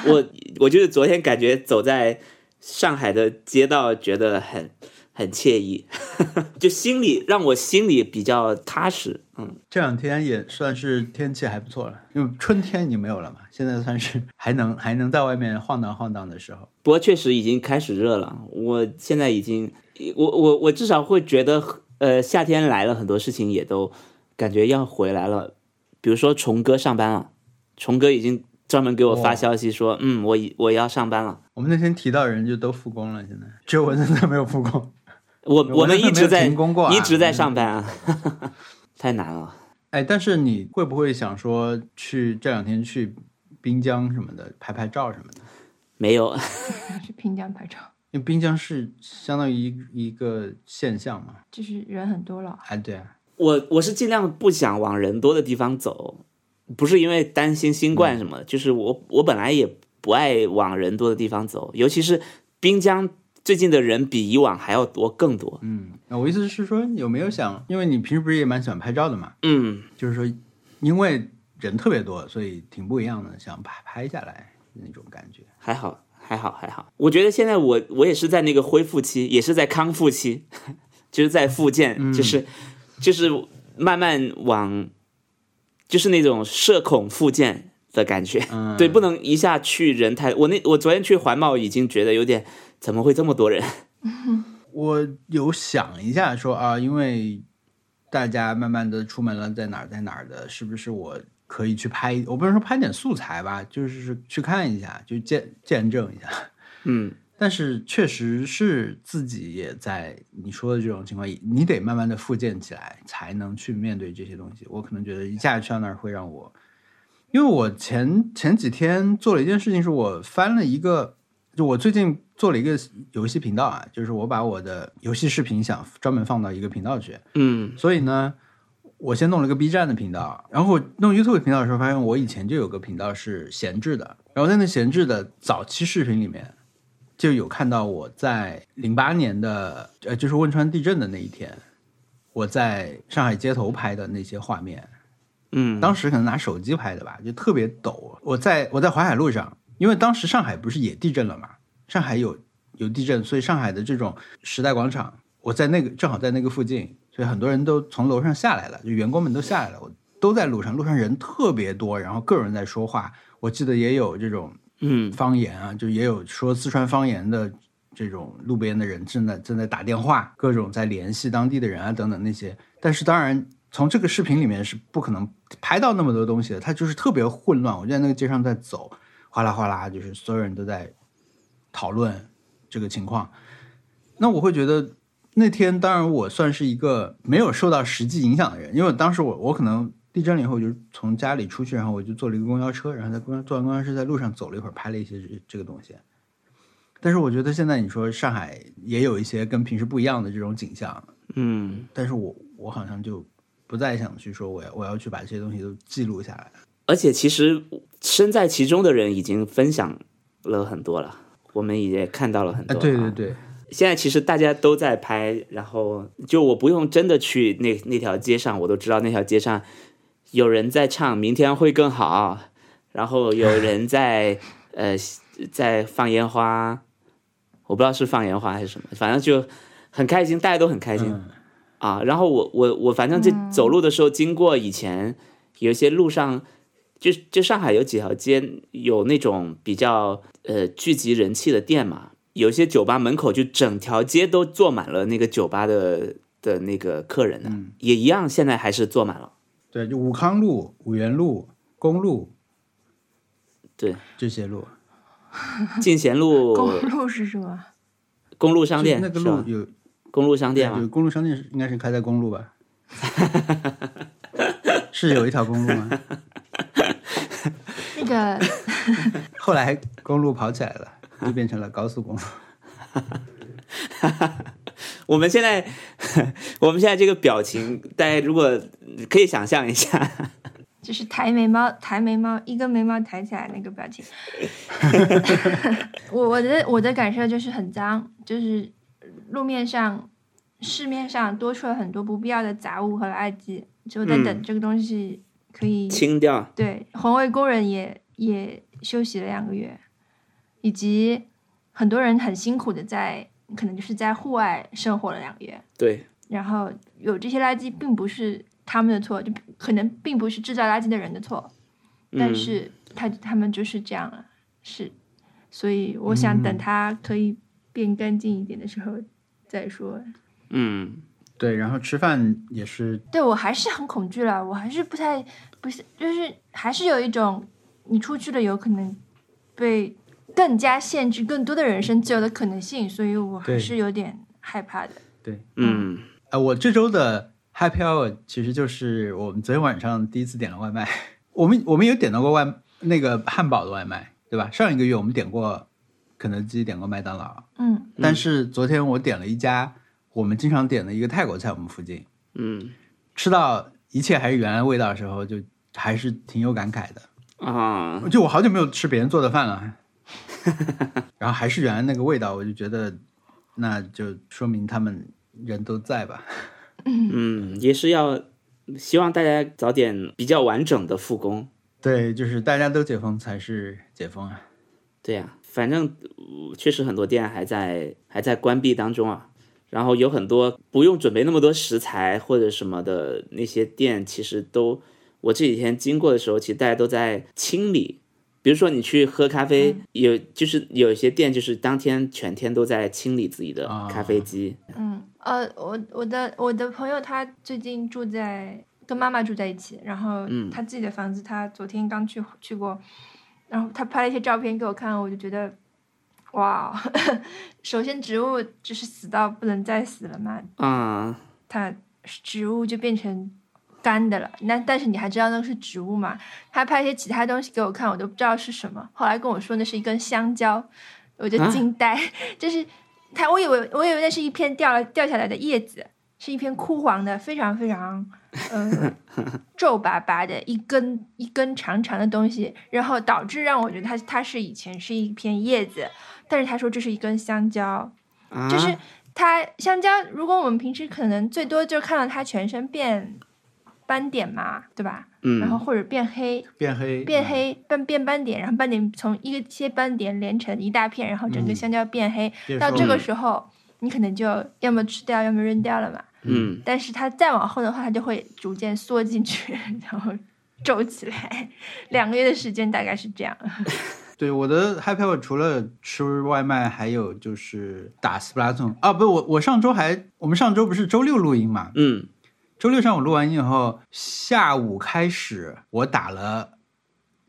S2: 我我就是昨天感觉走在上海的街道，觉得很很惬意， 就心里让我心里比较踏实。嗯，
S1: 这两天也算是天气还不错了，因为春天已经没有了嘛，现在算是 还能还能在外面晃荡晃荡的时候。
S2: 不过确实已经开始热了，我现在已经，我我我至少会觉得，呃，夏天来了，很多事情也都感觉要回来了。比如说虫哥上班了，虫哥已经专门给我发
S1: 哇
S2: 消息说，嗯，我已我要上班了。
S1: 我们那天提到人就都复工了，现在只有文森特没有复工。
S2: 我
S1: 我
S2: 们
S1: 真的
S2: 一
S1: 没
S2: 直
S1: 有
S2: 在
S1: 停工过啊
S2: 一直在上班啊， 太难了。
S1: 哎，但是你会不会想说去这两天去滨江什么的拍拍照什么的？
S2: 没有，
S3: 去滨江拍照，
S1: 因为滨江是相当于一一个现象嘛。
S3: 就是人很多了。
S1: 哎，对啊，
S2: 我我是尽量不想往人多的地方走，不是因为担心新冠什么，就是我我本来也不爱往人多的地方走，尤其是滨江最近的人比以往还要多，更多。
S1: 嗯，那我意思是说有没有想，因为你平时不是也蛮喜欢拍照的嘛，
S2: 嗯，
S1: 就是说因为人特别多，所以挺不一样的，想拍拍下来那种感觉。
S2: 还好，还好，还好。我觉得现在我我也是在那个恢复期，也是在康复期， 就是在复健，
S1: 嗯
S2: 就是就是慢慢往，就是那种社恐复健的感觉。
S1: 嗯
S2: 对，不能一下去人太。我那我昨天去环贸已经觉得有点，怎么会这么多人？
S1: 我有想一下说啊，因为大家慢慢的出门了，在哪儿在哪儿的，是不是我可以去拍？我不能说拍点素材吧，就是去看一下，就见见证一下。
S2: 嗯，
S1: 但是确实是自己也在你说的这种情况，你得慢慢的复健起来，才能去面对这些东西。我可能觉得一下去到那儿会让我，因为我前前几天做了一件事情，是我翻了一个，就我最近做了一个游戏频道啊，就是我把我的游戏视频想专门放到一个频道去，
S2: 嗯，
S1: 所以呢，我先弄了个 B 站的频道，然后我弄 YouTube 频道的时候，发现我以前就有个频道是闲置的，然后在那闲置的早期视频里面，就有看到我在零八年的呃，就是汶川地震的那一天，我在上海街头拍的那些画面，
S2: 嗯，
S1: 当时可能拿手机拍的吧，就特别抖。我在我在淮海路上，因为当时上海不是也地震了嘛，上海有有地震，所以上海的这种时代广场，我在那个正好在那个附近，所以很多人都从楼上下来了，就员工们都下来了，我都在路上，路上人特别多，然后各种人在说话，我记得也有这种
S2: 嗯，
S1: 方言啊，就也有说四川方言的这种路边的人正在正在打电话，各种在联系当地的人啊等等那些。但是当然，从这个视频里面是不可能拍到那么多东西的，它就是特别混乱。我就在那个街上在走，哗啦哗啦，就是所有人都在讨论这个情况。那我会觉得那天当然我算是一个没有受到实际影响的人，因为我当时我我可能地震了以后，我就从家里出去，然后我就坐了一个公交车，然后在公交坐完公交车在路上走了一会儿，拍了一些这这个东西。但是我觉得现在你说上海也有一些跟平时不一样的这种景象，
S2: 嗯，
S1: 但是我我好像就不再想去说我要我要去把这些东西都记录下来。
S2: 而且其实身在其中的人已经分享了很多了，我们也看到了很
S1: 啊，
S2: 多、
S1: 对对。对，
S2: 现在其实大家都在拍，然后就我不用真的去那那条街上，我都知道那条街上有人在唱《明天会更好》，然后有人在呃在放烟花，我不知道是放烟花还是什么，反正就很开心，大家都很开心、
S1: 嗯
S2: 啊。然后我我我反正这走路的时候经过以前有一些路上，就就上海有几条街有那种比较呃聚集人气的店嘛，有些酒吧门口就整条街都坐满了那个酒吧的的那个客人呢、
S1: 嗯
S2: 也一样，现在还是坐满 了。
S1: 对，就武康路、五原路、公路
S2: 对，
S1: 这些路，
S2: 进贤路
S3: 公路是什么？
S2: 公路商店
S1: 就那个
S2: 是吧
S1: 路有
S2: 公路商
S1: 对
S2: 店
S1: 就
S2: 嘛，
S1: 公路商店是应该是开在公路吧？ 是有一条公路吗？
S3: 那个
S1: 后来公路跑起来了，就变成了高速公路。
S2: 我们现在 我们现在这个表情，大家如果可以想象一下，
S3: 就是抬眉毛，抬眉毛，一根眉毛抬起来那个表情。 我我的我的感受就是很脏，就是路面上、市面上多出了很多不必要的杂物和垃圾，就在
S2: 嗯
S3: 等这个东西可以、
S2: 清掉，
S3: 对。环卫工人也也休息了两个月，以及很多人很辛苦的在可能就是在户外生活了两个月，
S2: 对，
S3: 然后有这些垃圾并不是他们的错，就可能并不是制造垃圾的人的错，但
S2: 嗯
S3: 是他他们就是这样了，是，所以我想等它可以变干净一点的时候再说。
S2: 嗯，
S1: 对，然后吃饭也是，
S3: 对我还是很恐惧了，我还是不太不是，就是还是有一种你出去了有可能被更加限制更多的人生自由的可能性，所以我还
S1: 对
S3: 是有点害怕的。
S2: 嗯，
S1: 呃，我这周的 Happy Hour 其实就是我们昨天晚上第一次点了外卖， 我们我们有点到过外那个汉堡的外卖，对吧？上一个月我们点过肯德基，点过麦当劳，
S3: 嗯
S1: 但是昨天我点了一家我们经常点的一个泰国菜，我们附近
S2: 嗯
S1: 吃到一切还是原来味道的时候，就还是挺有感慨的。
S2: 啊，
S1: 就我好久没有吃别人做的饭了，然后还是原来那个味道，我就觉得那就说明他们人都在吧。
S2: 嗯，也是要希望大家早点比较完整的复工，
S1: 对，就是大家都解封才是解封啊。
S2: 对呀、反正呃确实很多店还在还在关闭当中啊。然后有很多不用准备那么多食材或者什么的那些店，其实都我这几天经过的时候，其实大家都在清理。比如说你去喝咖啡，
S3: 嗯
S2: 有就是有一些店就是当天全天都在清理自己的
S1: 啊
S2: 咖啡机，
S3: 嗯，呃，我我的我的朋友他最近住在跟妈妈住在一起，然后
S2: 嗯
S3: 他自己的房子他昨天刚去去过，然后他拍了一些照片给我看，我就觉得，哇哦， 首先植物就是死到不能再死了嘛，
S2: 啊、
S3: 它植物就变成干的了。那但是你还知道那个是植物嘛？他拍一些其他东西给我看，我都不知道是什么。后来跟我说那是一根香蕉，我就
S2: 啊
S3: 惊呆， 就是他，我以为我以为那是一片掉了掉下来的叶子，是一片枯黄的，非常非常嗯、呃皱巴巴的一根一根长长的东西，然后导致让我觉得它它是以前是一片叶子，但是他说这是一根香蕉。
S2: 啊，
S3: 就是它香蕉，如果我们平时可能最多就看到它全身变斑点嘛，对吧？
S2: 嗯，
S3: 然后或者变黑，
S1: 变黑，嗯
S3: 变黑变变斑点，然后斑点从一个些斑点连成一大片，然后整个
S1: 嗯
S3: 香蕉变黑。
S1: 变瘦
S3: 到这
S1: 了
S3: 个时候，你可能就要么吃掉，要么扔掉了嘛。
S2: 嗯，
S3: 但是它再往后的话，它就会逐渐缩进去， 然后皱起来。两个月的时间大概是这样。
S1: 对，我的 happy hour 除了吃外卖，还有就是打 Splatoon 啊，不，我我上周还，我们上周不是周六录音嘛？
S2: 嗯，
S1: 周六上午录完音以后，下午开始我打了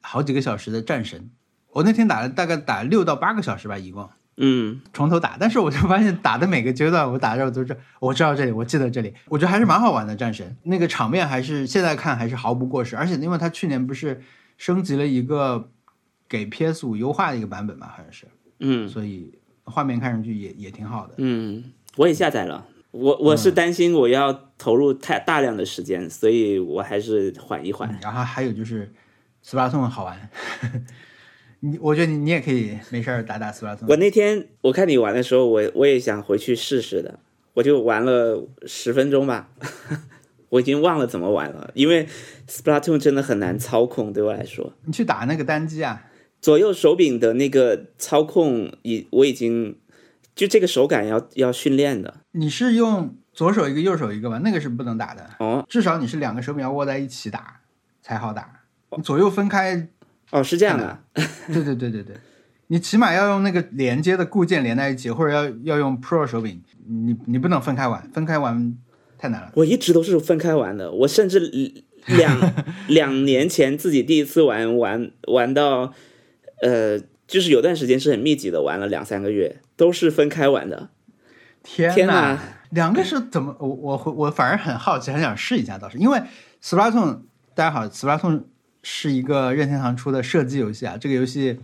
S1: 好几个小时的战神，我那天打了大概打六到八个小时吧，一共
S2: 嗯，
S1: 从头打，但是我就发现打的每个阶段，我打着我都是我知道这里，我记得这里，我觉得还是蛮好玩的。战神那个场面还是现在看还是毫不过时，而且因为它去年不是升级了一个给 PS 五优化的一个版本嘛，好像是，
S2: 嗯，
S1: 所以画面看上去也也挺好的。
S2: 嗯，我也下载了。我我是担心我要投入太大量的时间，所以我还是缓一缓。
S1: 嗯然后还有就是斯巴通好玩， 你我觉得你你也可以没事儿打打斯巴
S2: 我
S1: 通。
S2: 那天我看你玩的时候，我我也想回去试试的，我就玩了十分钟吧， 我已经忘了怎么玩了，因为 Splatoon 真的很难操控，对我来说，
S1: 你去打那个单机啊，
S2: 左右手柄的那个操控已我已经就这个手感要要训练的
S1: 你是用左手一个右手一个吧？那个是不能打的。
S2: 哦
S1: 至少你是两个手柄要握在一起打才好打，你左右分开，
S2: 哦是这样的，
S1: 对对对对对，你起码要用那个连接的固件连在一起，或者要要用 Pro 手柄，你你不能分开玩，分开玩太难了。
S2: 我一直都是分开玩的，我甚至两两年前自己第一次玩玩玩到，呃，就是有段时间是很密集的玩了两三个月，都是分开玩的。
S1: 天
S2: 天
S1: 呐，
S2: 哪
S1: 两个是怎么？我我会我反而很好奇，很想试一下，倒是因为 Splatoon，大家好，Splatoon 是一个任天堂出的射击游戏啊，这个游戏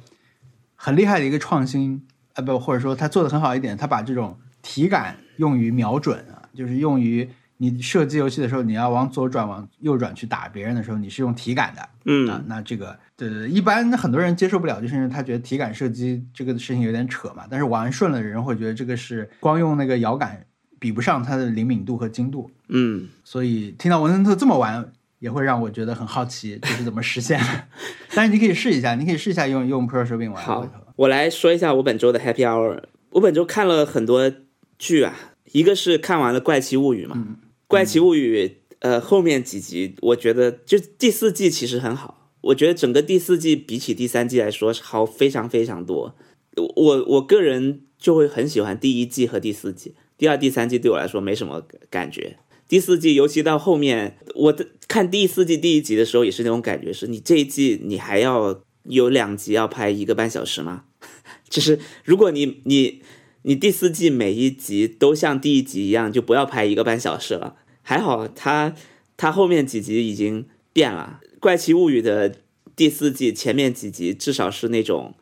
S1: 很厉害的一个创新啊，不，或者说它做的很好一点，它把这种体感用于瞄准啊，就是用于你射击游戏的时候，你要往左转、往右转去打别人的时候，你是用体感的。啊
S2: 嗯，，
S1: 那这个对对，对一般很多人接受不了，就是因为他觉得体感射击这个事情有点扯嘛。但是玩顺了的人会觉得这个是光用那个摇杆比不上它的灵敏度和精度，
S2: 嗯，
S1: 所以听到文森特这么玩，也会让我觉得很好奇，这是怎么实现的。 但是你可以试一下，你可以试一下用用 Pro 手柄玩。
S2: 好
S1: 回头，
S2: 我来说一下我本周的 Happy Hour。我本周看了很多剧啊，一个是看完了《怪奇物语》
S1: 嗯
S2: 嘛，怪奇物语》呃后面几集，我觉得就第四季其实很好，我觉得整个第四季比起第三季来说是好非常非常多。我我我个人就会很喜欢第一季和第四季，第二、第三季对我来说没什么感觉。第四季，尤其到后面，我的看第四季第一集的时候，也是那种感觉，是你这一季你还要有两集要拍一个半小时吗？ 就是如果你你你第四季每一集都像第一集一样，就不要拍一个半小时了。还好它它后面几集已经变了，《怪奇物语》的第四季前面几集至少是那种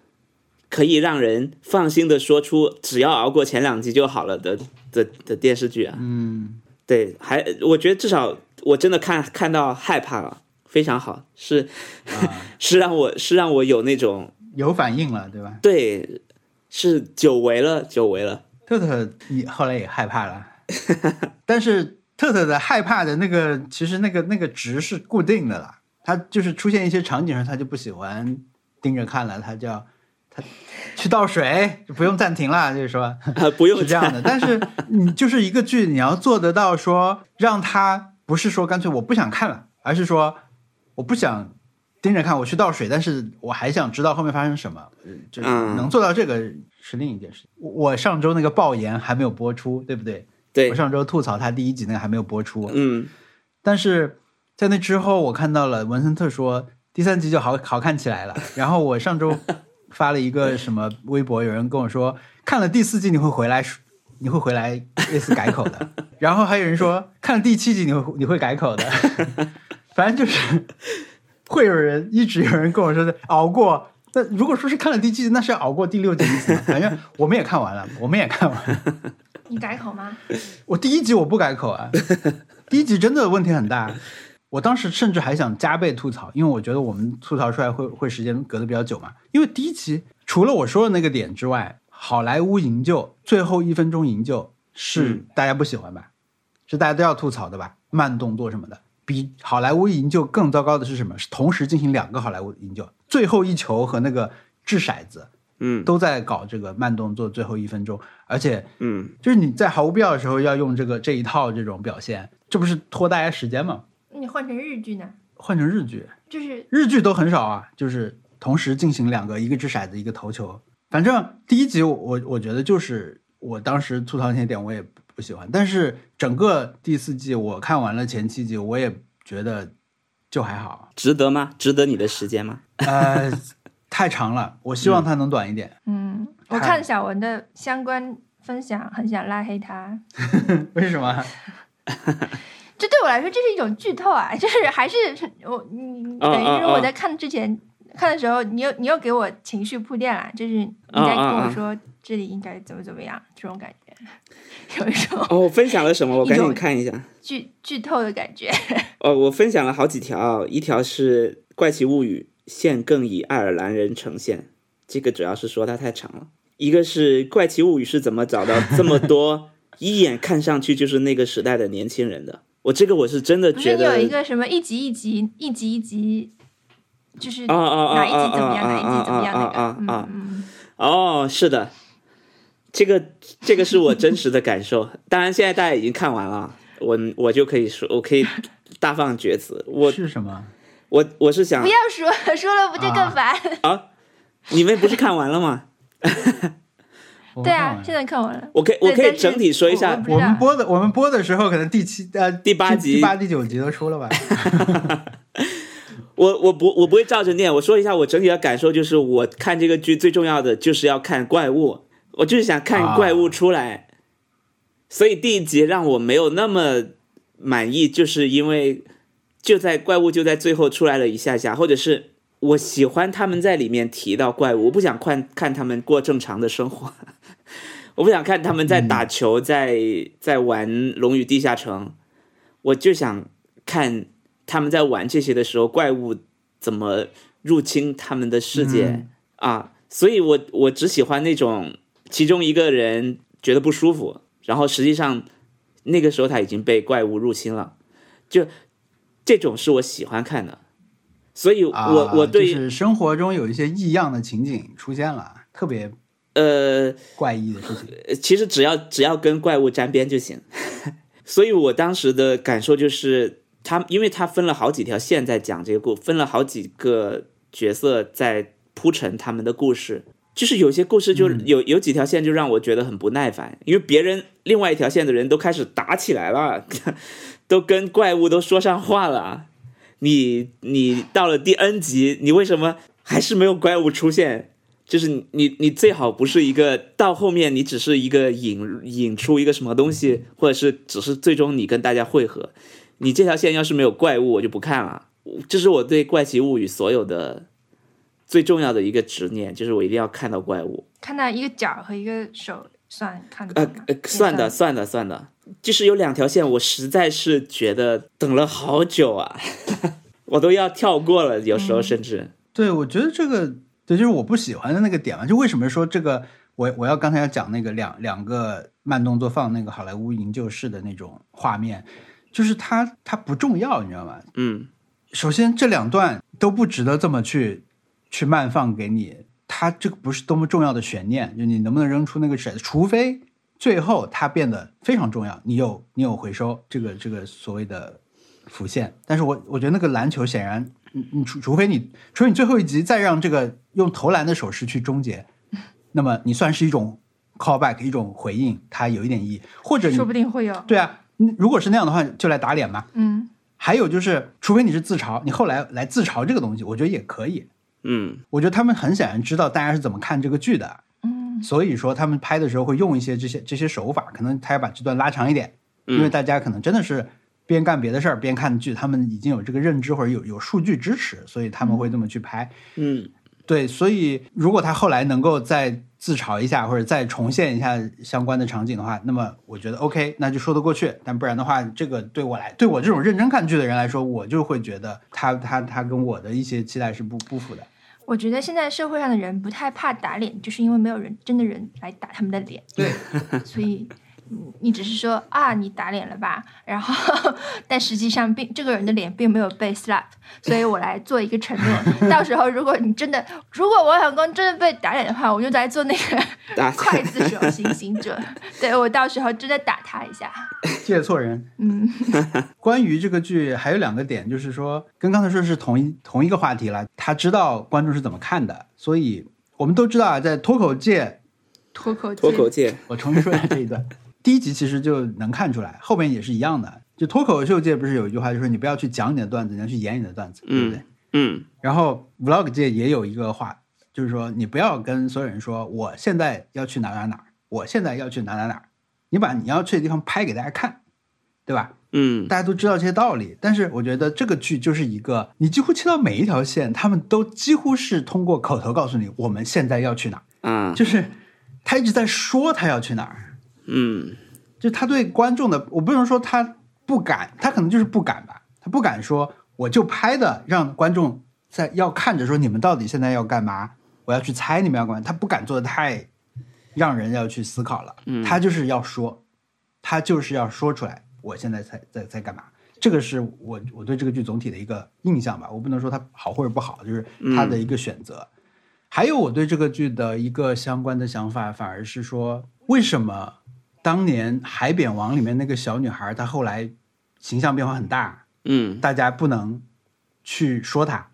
S2: 可以让人放心的说出只要熬过前两集就好了的的的电视剧啊。
S1: 嗯，
S2: 对，还我觉得至少我真的看看到害怕了，非常好，是、
S1: 啊
S2: 是让我是让我有那种
S1: 有反应了，对吧？
S2: 对，是久违了，久违了。
S1: 特特也后来也害怕了， 但是特特的害怕的那个，其实那个那个值是固定的啦。他就是出现一些场景上，他就不喜欢盯着看了，他就要他去倒水，就不用暂停了，就是说
S2: 啊， 不用
S1: 是这样的。但是你就是一个剧，你要做得到说让他不是说干脆我不想看了，而是说我不想盯着看，我去倒水，但是我还想知道后面发生什么。呃就是
S2: 嗯
S1: 能做到这个是另一件事。我我上周那个爆炎还没有播出，对不对？
S2: 对
S1: 我，上周吐槽他第一集那个还没有播出，
S2: 嗯
S1: 但是在那之后，我看到了文森特说第三集就好好看起来了。然后我上周发了一个什么微博，有人跟我说看了第四季你会回来说，你会回来类似改口的。然后还有人说看了第七集你会你会改口的，反正就是会有人一直有人跟我说的熬过。但如果说是看了第七集，那是要熬过第六集的意思嘛。反正我们也看完了，我们也看完了。
S3: 你改口吗？
S1: 我第一集我不改口啊，第一集真的问题很大。我当时甚至还想加倍吐槽，因为我觉得我们吐槽出来会会时间隔得比较久嘛。因为第一集除了我说的那个点之外，好莱坞营救最后一分钟营救是
S2: 嗯
S1: 大家不喜欢吧？是大家都要吐槽的吧？慢动作什么的。比好莱坞营救更糟糕的是什么？是同时进行两个好莱坞营救，最后一球和那个掷骰子
S2: 嗯
S1: 都在搞这个慢动作，最后一分钟，而且
S2: 嗯，，
S1: 就是你在毫无必要的时候要用这个这一套这种表现，这不是拖大家时间吗？
S3: 你换成日剧呢？
S1: 换成日剧，
S3: 就是
S1: 日剧都很少啊，就是同时进行两个，一个掷骰子，一个投球。反正第一集我我我觉得就是我当时吐槽那些点我也不不喜欢，但是整个第四季我看完了前七集，我也觉得就还好
S2: 值得吗？值得你的时间吗？
S1: 呃， 太长了，我希望它能短一点。
S3: 嗯，我
S1: 看
S3: 看小文的相关分享，很想拉黑他。
S1: 为什么？
S3: 这对我来说，这是一种剧透啊！ 就是还是我你
S2: 啊
S3: 等于是
S2: 啊
S3: 我在看之前、看的时候，你又你又给我情绪铺垫了，就是你
S2: 啊
S3: 在跟
S2: 啊
S3: 我
S2: 啊
S3: 说这里应该怎么怎么样，这种感觉， 有一种
S2: 哦，我分享了什么？我赶紧看一下。
S3: 剧剧透的感 觉。
S2: 哦，我分享了好几条，一条是《怪奇物语》，现更以爱尔兰人呈现，这个主要是说它太长了。一个是《怪奇物语》是怎么找到这么多一眼看上去就是那个时代的年轻人的？我这个我是真的
S3: 不是
S2: 觉
S3: 有
S2: 得
S3: 一个什么一集一集一集一集，就是
S2: 啊啊啊
S3: 哪一
S2: 啊
S3: 集怎么样，
S2: 啊
S3: 哪一集怎么样
S2: 啊
S3: 那个，
S2: 啊
S3: 嗯
S2: 啊啊
S3: 嗯，
S2: 哦，是的，这个这个是我真实的感受。当然，现在大家已经看完了，我我就可以说，我可以大放厥词。我
S1: 是什么？
S2: 我我是想
S3: 嗯不，要说说了不就
S1: 啊
S3: 更烦？
S2: 你们不是看完了吗？
S1: 我
S3: 对
S1: 看
S3: 啊，
S1: 完
S3: 现在看完了。
S2: 我可以我
S3: 对
S2: 可
S3: 但
S2: 以
S3: 是哦
S2: 整体说一
S3: 我
S2: 下
S3: 我不知
S1: 我
S3: 道
S1: 们播的我们播的时候，可能第七呃
S2: 第八集
S1: 第八第九集都出了吧？
S2: 我我不我不会照着念，我说一下我整体的感受，就是我看这个剧最重要的就是要看怪物，我就是想看怪物出来，所以第一集让我没有那么满意，就是因为就在怪物就在最后出来了一下下，或者是我喜欢他们在里面提到怪物，我不想看看他们过正常的生活，我不想看他们在
S1: 嗯
S2: 打球，在在玩《龙与地下城》，我就想看他们在玩这些的时候，怪物怎么入侵他们的世界、
S1: 嗯
S2: 啊！所以我我只喜欢那种其中一个人觉得不舒服，然后实际上那个时候他已经被怪物入侵了，就这种是我喜欢看的。所以我，
S1: 啊，
S2: 我对、
S1: 就是生活中有一些异样的情景出现了，特别
S2: 呃，
S1: 怪异的事情。
S2: 其实只要只要跟怪物沾边就行。 所以我当时的感受就是，他因为他分了好几条线在讲这个故，分了好几个角色在铺陈他们的故事。就是有些故事就有有几条线就让我觉得很不耐烦，因为别人另外一条线的人都开始打起来了， 都跟怪物都说上话了。啊你你到了第 N 集，你为什么还是没有怪物出现？就是你你你最好不是一个到后面你只是一个引引出一个什么东西，或者是只是最终你跟大家汇合，你这条线要是没有怪物，我就不看了。这是我对《怪奇物语》所有的最重要的一个执念，就是我一定要看到怪物。
S3: 看到一个脚和一个手算看到
S2: 呃
S3: 吗？
S2: 呃，算的，算的，算的，就是有两条线，我实在是觉得等了好久啊，我都要跳过了，有时候甚至，
S1: 对，我觉得这个对，就是我不喜欢的那个点啊嘛，就为什么说这个我我要刚才要讲那个两两个慢动作放那个好莱坞营救式的那种画面，就是它它不重要，你知道吗？
S2: 嗯
S1: 首先这两段都不值得这么去去慢放给你，它这个不是多么重要的悬念，就你能不能扔出那个骰子，除非最后它变得非常重要，你有你有回收这个这个所谓的浮现，但是我我觉得那个篮球显然，你你除除非你除非你最后一集再让哎这个用投篮的手势去终结，那么你算是一种 callback 一种回应，它有一点意义，或 者你
S3: 说不定会有。
S1: 对啊，你如果是那样的话，就来打脸嘛。
S3: 嗯，
S1: 还有就是，除非你是自嘲，你后来来自嘲这个东西，我觉得也可以。
S2: 嗯
S1: 我觉得他们很显然知道大家是怎么看这个剧的，
S3: 嗯，
S1: 所以说他们拍的时候会用一些这些这些手法，可能他要把这段拉长一点，因为大家可能真的是边干别的事儿边看剧，他们已经有这个认知或者有有数据支持，所以他们会这么去拍。
S2: 嗯，
S1: 对，所以如果他后来能够再自嘲一下，或者再重现一下相关的场景的话，那么我觉得 OK，那就说得过去。但不然的话，这个对我来，对我这种认真看剧的人来说，我就会觉得他他他跟我的一些期待是不不符的。
S3: 我觉得现在社会上的 人不太怕打脸，就是因为没有人真的人来打他们的脸。对，所以嗯你只是说啊你打脸了吧， 然后但实际上并这个人的脸并没有被 slap，所以我来做一个承 诺，到时候如果你真的如果王小光真的被打脸的话，我就来做那个
S2: 打
S3: 刽子手行刑者，对我到时候真的打他一下，
S1: 借错人。
S3: 嗯，
S1: 关于这个剧还有两个点，就是说跟刚才说是同一同一个话题了。他知道观众是怎么看的，所以我们都知道啊，在脱口界，
S3: 脱 口
S2: 脱口界，
S1: 我重新说一下这一段。第一集其实就能看出来，后面也是一样的。就脱口秀界不是有一句话，就说你不要去讲你的段子，你要去演你的段子，对不对？
S2: 嗯
S1: 然后 vlog 界也有一个话，就是说你不要跟所有人说我现在要去哪哪哪儿，我现在要去哪哪哪儿，你把你要去的地方拍给大家看，对吧？
S2: 嗯
S1: 大家都知道这些道理，但是我觉得这个剧就是一个，你几乎切到每一条线，他们都几乎是通过口头告诉你我们现在要去哪儿，
S2: 啊
S1: 就是他一直在说他要去哪儿，
S2: 嗯
S1: 就他对观众的，我不能说他不敢，他可能就是不敢吧，他不敢说我就拍的让观众在要看着说你们到底现在要干嘛，我要去猜你们要干嘛，他不敢做的太让人要去思考了，他就是要说，他就是要说出来，我现在在在在干嘛。这个是我我对这个剧总体的一个印象吧，我不能说它好或者不好，就是它的一个选择。还有我对这个剧的一个相关的想法，反而是说，为什么当年《海扁王》里面那个小女孩，她后来形象变化很大，
S2: 嗯
S1: 大家不能去说她。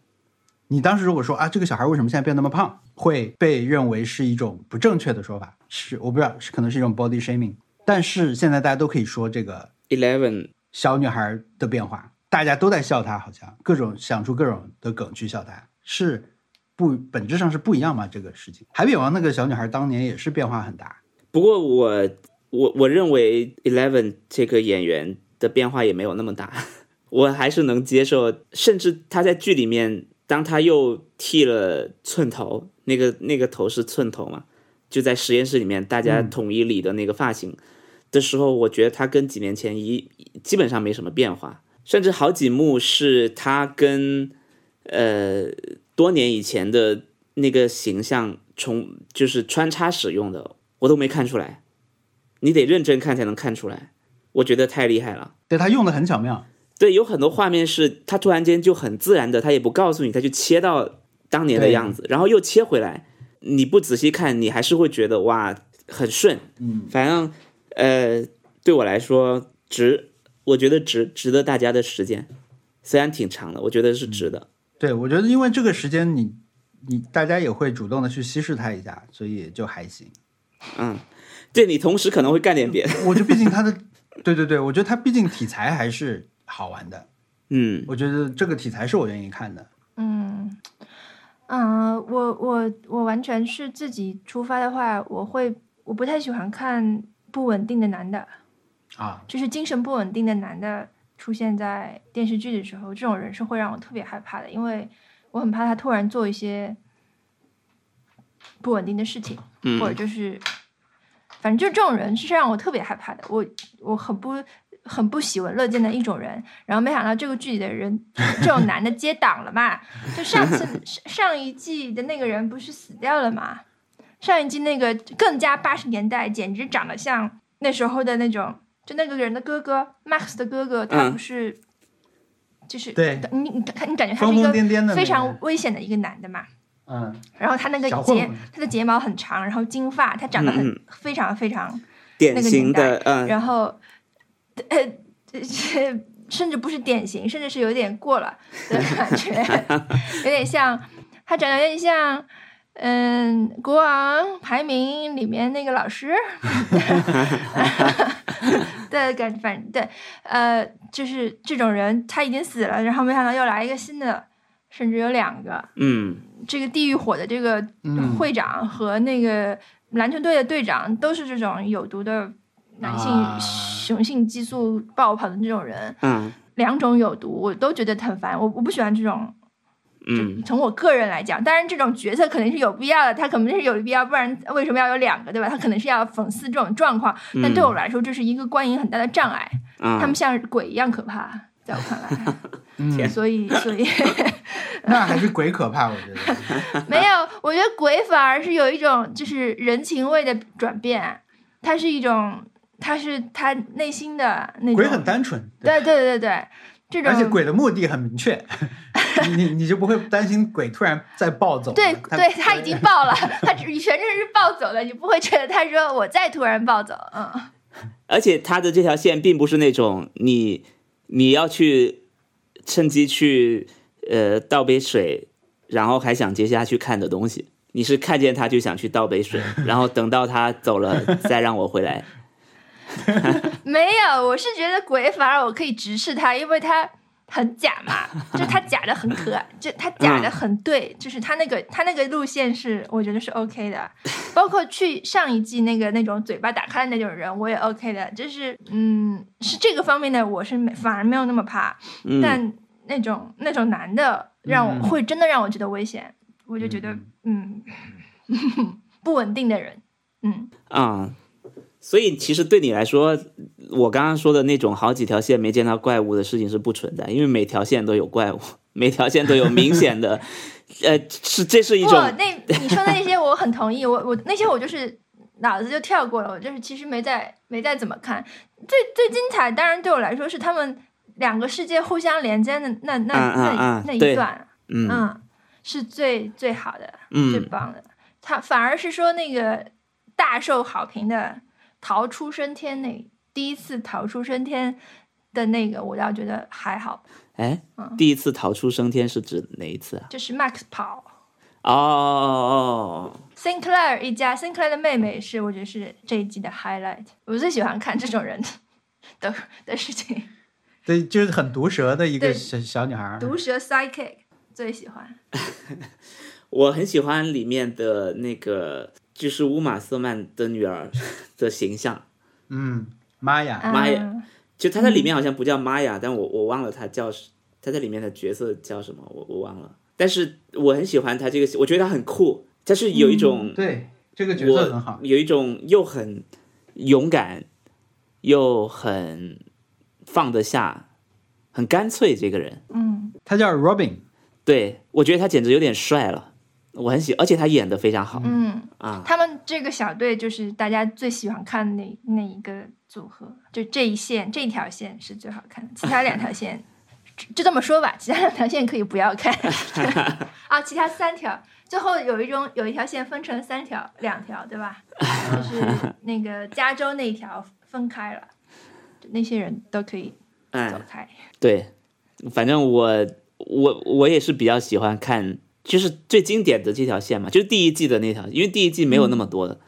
S1: 你当时如果说啊，这个小孩为什么现在变那么胖，会被认为是一种不正确的说法，是我不知道，是可能是一种 body shaming。但是现在大家都可以说这个
S2: ，eleven，
S1: 小女孩的变化，大家都在笑她，好像各种想出各种的梗去笑她，是不本质上是不一样嘛？这个事情，海扁王那个小女孩当年也是变化很大，
S2: 不过我我我认为 Eleven 这个演员的变化也没有那么大， 我还是能接受。甚至他在剧里面，当他又剃了寸头，那个那个头是寸头嘛，就在实验室里面大家统一理的那个发型、的时候，我觉得他跟几年前一基本上没什么变化，甚至好几幕是他跟呃多年以前的那个形象重就是穿插使用的，我都没看出来。你得认真看才能看出来，我觉得太厉害了。
S1: 对她用的很巧妙，
S2: 对，有很多画面是他突然间就很自然的，他也不告诉你，他就切到当年的
S1: 对
S2: 样子，然后又切回来。你不仔细看，你还是会觉得哇很顺。
S1: 嗯，
S2: 反正呃，对我来说值，我觉得值值得大家的时间，虽然挺长的，我觉得是值的。
S1: 对我觉得因为这个时间你你大家也会主动的去稀释她一下，所以就还行。
S2: 嗯，对你同时可能会干点别的。
S1: 我觉得毕竟她的，对对对，我觉得她毕竟题材还是好玩的，
S2: 嗯
S1: 我觉得这个题材是我愿意看的。
S3: 嗯，嗯，我我我完全是自己出发的话，我会我不太喜欢看不稳定的男的，
S1: 啊，
S3: 就是精神不稳定的男的出现在电视剧的时候，这种人是会让我特别害怕的，因为我很怕他突然做一些不稳定的事情，或者
S2: 嗯
S3: 就是，反正就这种人是让我特别害怕的，我我很不很不喜闻乐见的一种人。然后没想到这个剧里的人，这种男的接档了嘛，就上 次上上一季的那个人不是死掉了嘛？上一季那个更加八十年代，简直长得像那时候的那种，就那个人的哥哥 Max 的哥哥，他
S2: 嗯
S3: 不是、就是
S1: 对
S3: 你你他你感觉他
S1: 疯
S3: 是一
S1: 疯
S3: 个
S1: 癫癫的那个
S3: 非常危险的一个男的嘛？
S1: 嗯，
S3: 然后他那个
S1: 小混
S3: 睫
S1: 混，
S3: 他的睫毛很长，然后金发，他长得很、
S2: 嗯
S3: 非常非常，
S2: 典型的嗯
S3: 然后，呃，这甚至不是典型，甚至是有点过了的感觉，有点像他长得有点像，嗯，国王排名里面那个老师的感，反对，呃，就是这种人他已经死了，然后没想到又来一个新的，甚至有两个，
S2: 嗯
S3: 这个地狱火的这个
S1: 嗯
S3: 会长和那个篮球队的队长都是这种有毒的男性
S1: 啊
S3: 雄性激素爆棚这种人，
S2: 嗯
S3: 两种有毒我都觉得很烦，我我不喜欢这种。
S2: 嗯
S3: 从我个人来讲，当然这种角色肯定是有必要的，他肯定是有必要，不然为什么要有两个，对吧？他肯定是要讽刺这种状况，但对我来说，这是一个观影很大的障碍。他
S2: 啊
S3: 们，像鬼一样可怕，在我看来，
S1: 嗯，
S3: 所以所以。
S1: 那还是鬼可怕，我觉得。
S3: 没有，我觉得鬼反而是有一种就是人情味的转变，它是一种，他是他内心的那种
S1: 鬼很单纯，
S3: 对对对对，这种
S1: 而且鬼的目的很明确，你你你就不会担心鬼突然再暴走了。
S3: 对
S1: 他
S3: 对，他已经暴了，他只全身是暴走的，你不会觉得他说我再突然暴走，嗯，
S2: 而且他的这条线并不是那种你你要去趁机去呃倒杯水，然后还想接下去看的东西。你是看见他就想去倒杯水，然后等到他走了再让我回来。
S3: 没有，我是觉得鬼反而我可以直视他，因为他很假嘛，就是他假的很可爱，就他假的很对，就是他那个他那个路线是我觉得是 OK 的，包括去上一季那个那种嘴巴打开的那种人，我也 OK 的，就是嗯，是这个方面的我是没反而没有那么怕，
S2: 嗯，
S3: 但那种那种男的让我、
S1: 嗯
S3: 会真的让我觉得危险，我就觉得嗯 不稳定的人，嗯，
S2: 啊、所以其实对你来说，我刚刚说的那种好几条线没见到怪物的事情是不存在，因为每条线都有怪物，每条线都有明显的，呃，是这是一
S3: 不，
S2: 种
S3: 那你说的那些我很同意，我我那些我就是脑子就跳过了，我就是其实没在没在怎么看，最最精彩当然对我来说是他们两个世界互相连接的那那
S2: 啊啊
S3: 那
S2: 啊
S3: 那一
S2: 对
S3: 段，
S2: 嗯
S3: 嗯，是最最好的，最
S2: 嗯
S3: 棒的。他反而是说那个大受好评的逃出升天那第一次逃出升天的那个，我倒觉得还好，
S2: 哎
S3: 嗯，
S2: 第一次逃出升天是指哪一次啊？
S3: 就是 Max 跑。
S2: 哦哦哦
S3: Sinclair 一家，Sinclair 的妹妹是我觉得是这一季的 highlight，我最喜欢看这种人的的事情。
S1: 对，就是很毒舌的一个
S3: 对
S1: 小小女孩儿。
S3: 毒舌 psychic 最喜欢，
S2: 我很喜欢里面的那个，就是乌玛瑟曼的女儿的形象。
S1: 嗯，妈呀，
S2: 妈耶
S3: 嗯
S2: 就她在里面好像不叫玛雅，但我我忘了她叫什，她在里面的角色叫什么，我我忘了。但是我很喜欢她这个，我觉得她很酷，她是有一种、
S1: 对，这个角
S2: 我
S1: 色很好。
S2: 有一种又很勇敢，又很放得下，很干脆这个人。
S3: 嗯，
S1: 他叫 Robin，
S2: 对我觉得他简直有点帅了，我很喜，而且他演的非常好。
S3: 嗯
S2: 啊
S3: 他们这个小队就是大家最喜欢看那那一个组合，就这一线这一条线是最好看的，其他两条线就就这么说吧，其他两条线可以不要看 啊，其他三条最后有一种有一条线分成三条两条对吧？就是那个加州那一条分开了，那些人都可以走
S2: 哎，
S3: 开。
S2: 对，反正我我我也是比较喜欢看，就是最经典的这条线嘛，就是第一季的那条，因为第一季没有那么多的，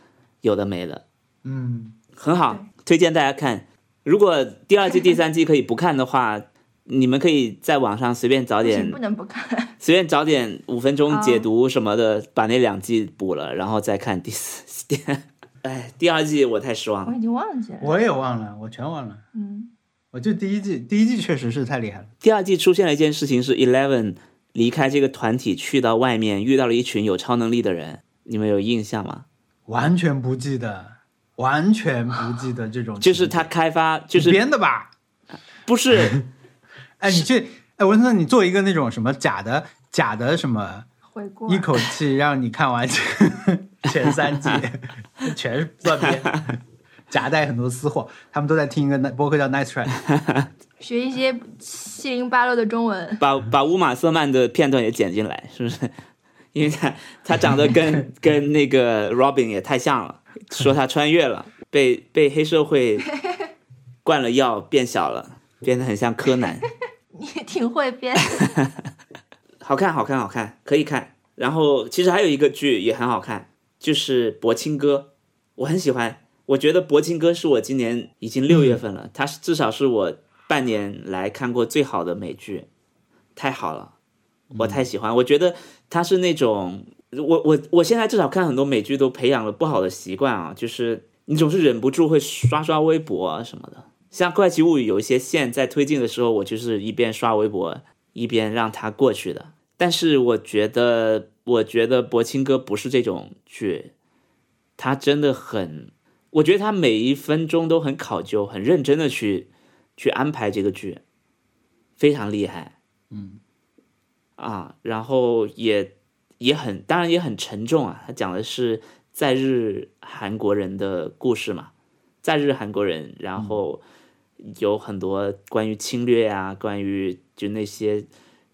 S2: 有的没的，
S1: 嗯，
S2: 很好，推荐大家看。如果第二季、第三季可以不看的话，你们可以在网上随便找
S3: 不行，
S2: 点
S3: 不能不看。
S2: 随便找点五分钟解读什么的，把那两季补了，然后再看第四 季。哎，第二季我太失望
S3: 我
S2: 了。
S3: 已经忘记了。
S1: 我也忘了，我全忘了。
S3: 嗯，
S1: 我就第一季，第一季确实是太厉害了。
S2: 第二季出现了一件事情，是 Eleven 离开这个团体去到外面，遇到了一群有超能力的人。你们有印象吗？
S1: 完全不记得，完全不记得这种情节，
S2: 就是他开发，就是
S1: 编的吧？
S2: 不是
S1: 哎，你去，哎，文森特，你做一个那种什么假的假的什么，
S3: 回顾
S1: 一口气让你看完前三季，全是断片，夹带很多私货。他们都在听一个播客叫 Nice Try，
S3: 学一些七零八落的中文。
S2: 把 把乌玛瑟曼的片段也剪进来，是不是？因为他他长得跟跟那个 Robin 也太像了，说他穿越了，被被黑社会灌了药变小了，变得很像柯南。
S3: 你也挺会编，
S2: 好看，好看，好看，可以看。然后其实还有一个剧也很好看，就是《柏青哥》，我很喜欢。我觉得《柏青哥》是我今年已经六月份了，它是至少是我半年来看过最好的美剧，太好了，我太喜欢。我觉得它是那种，我我我现在至少看很多美剧都培养了不好的习惯啊，就是你总是忍不住会刷刷微博啊什么的。像《怪奇物语》有一些线在推进的时候，我就是一边刷微博一边让它过去的。但是我觉得，我觉得柏青哥不是这种剧，他真的很，我觉得他每一分钟都很考究，很认真的去去安排这个剧，非常厉害。嗯，啊，然后也也很，当然也很沉重啊。他讲的是在日韩国人的故事嘛，在日韩国人，然后有很多关于侵略啊，关于就那些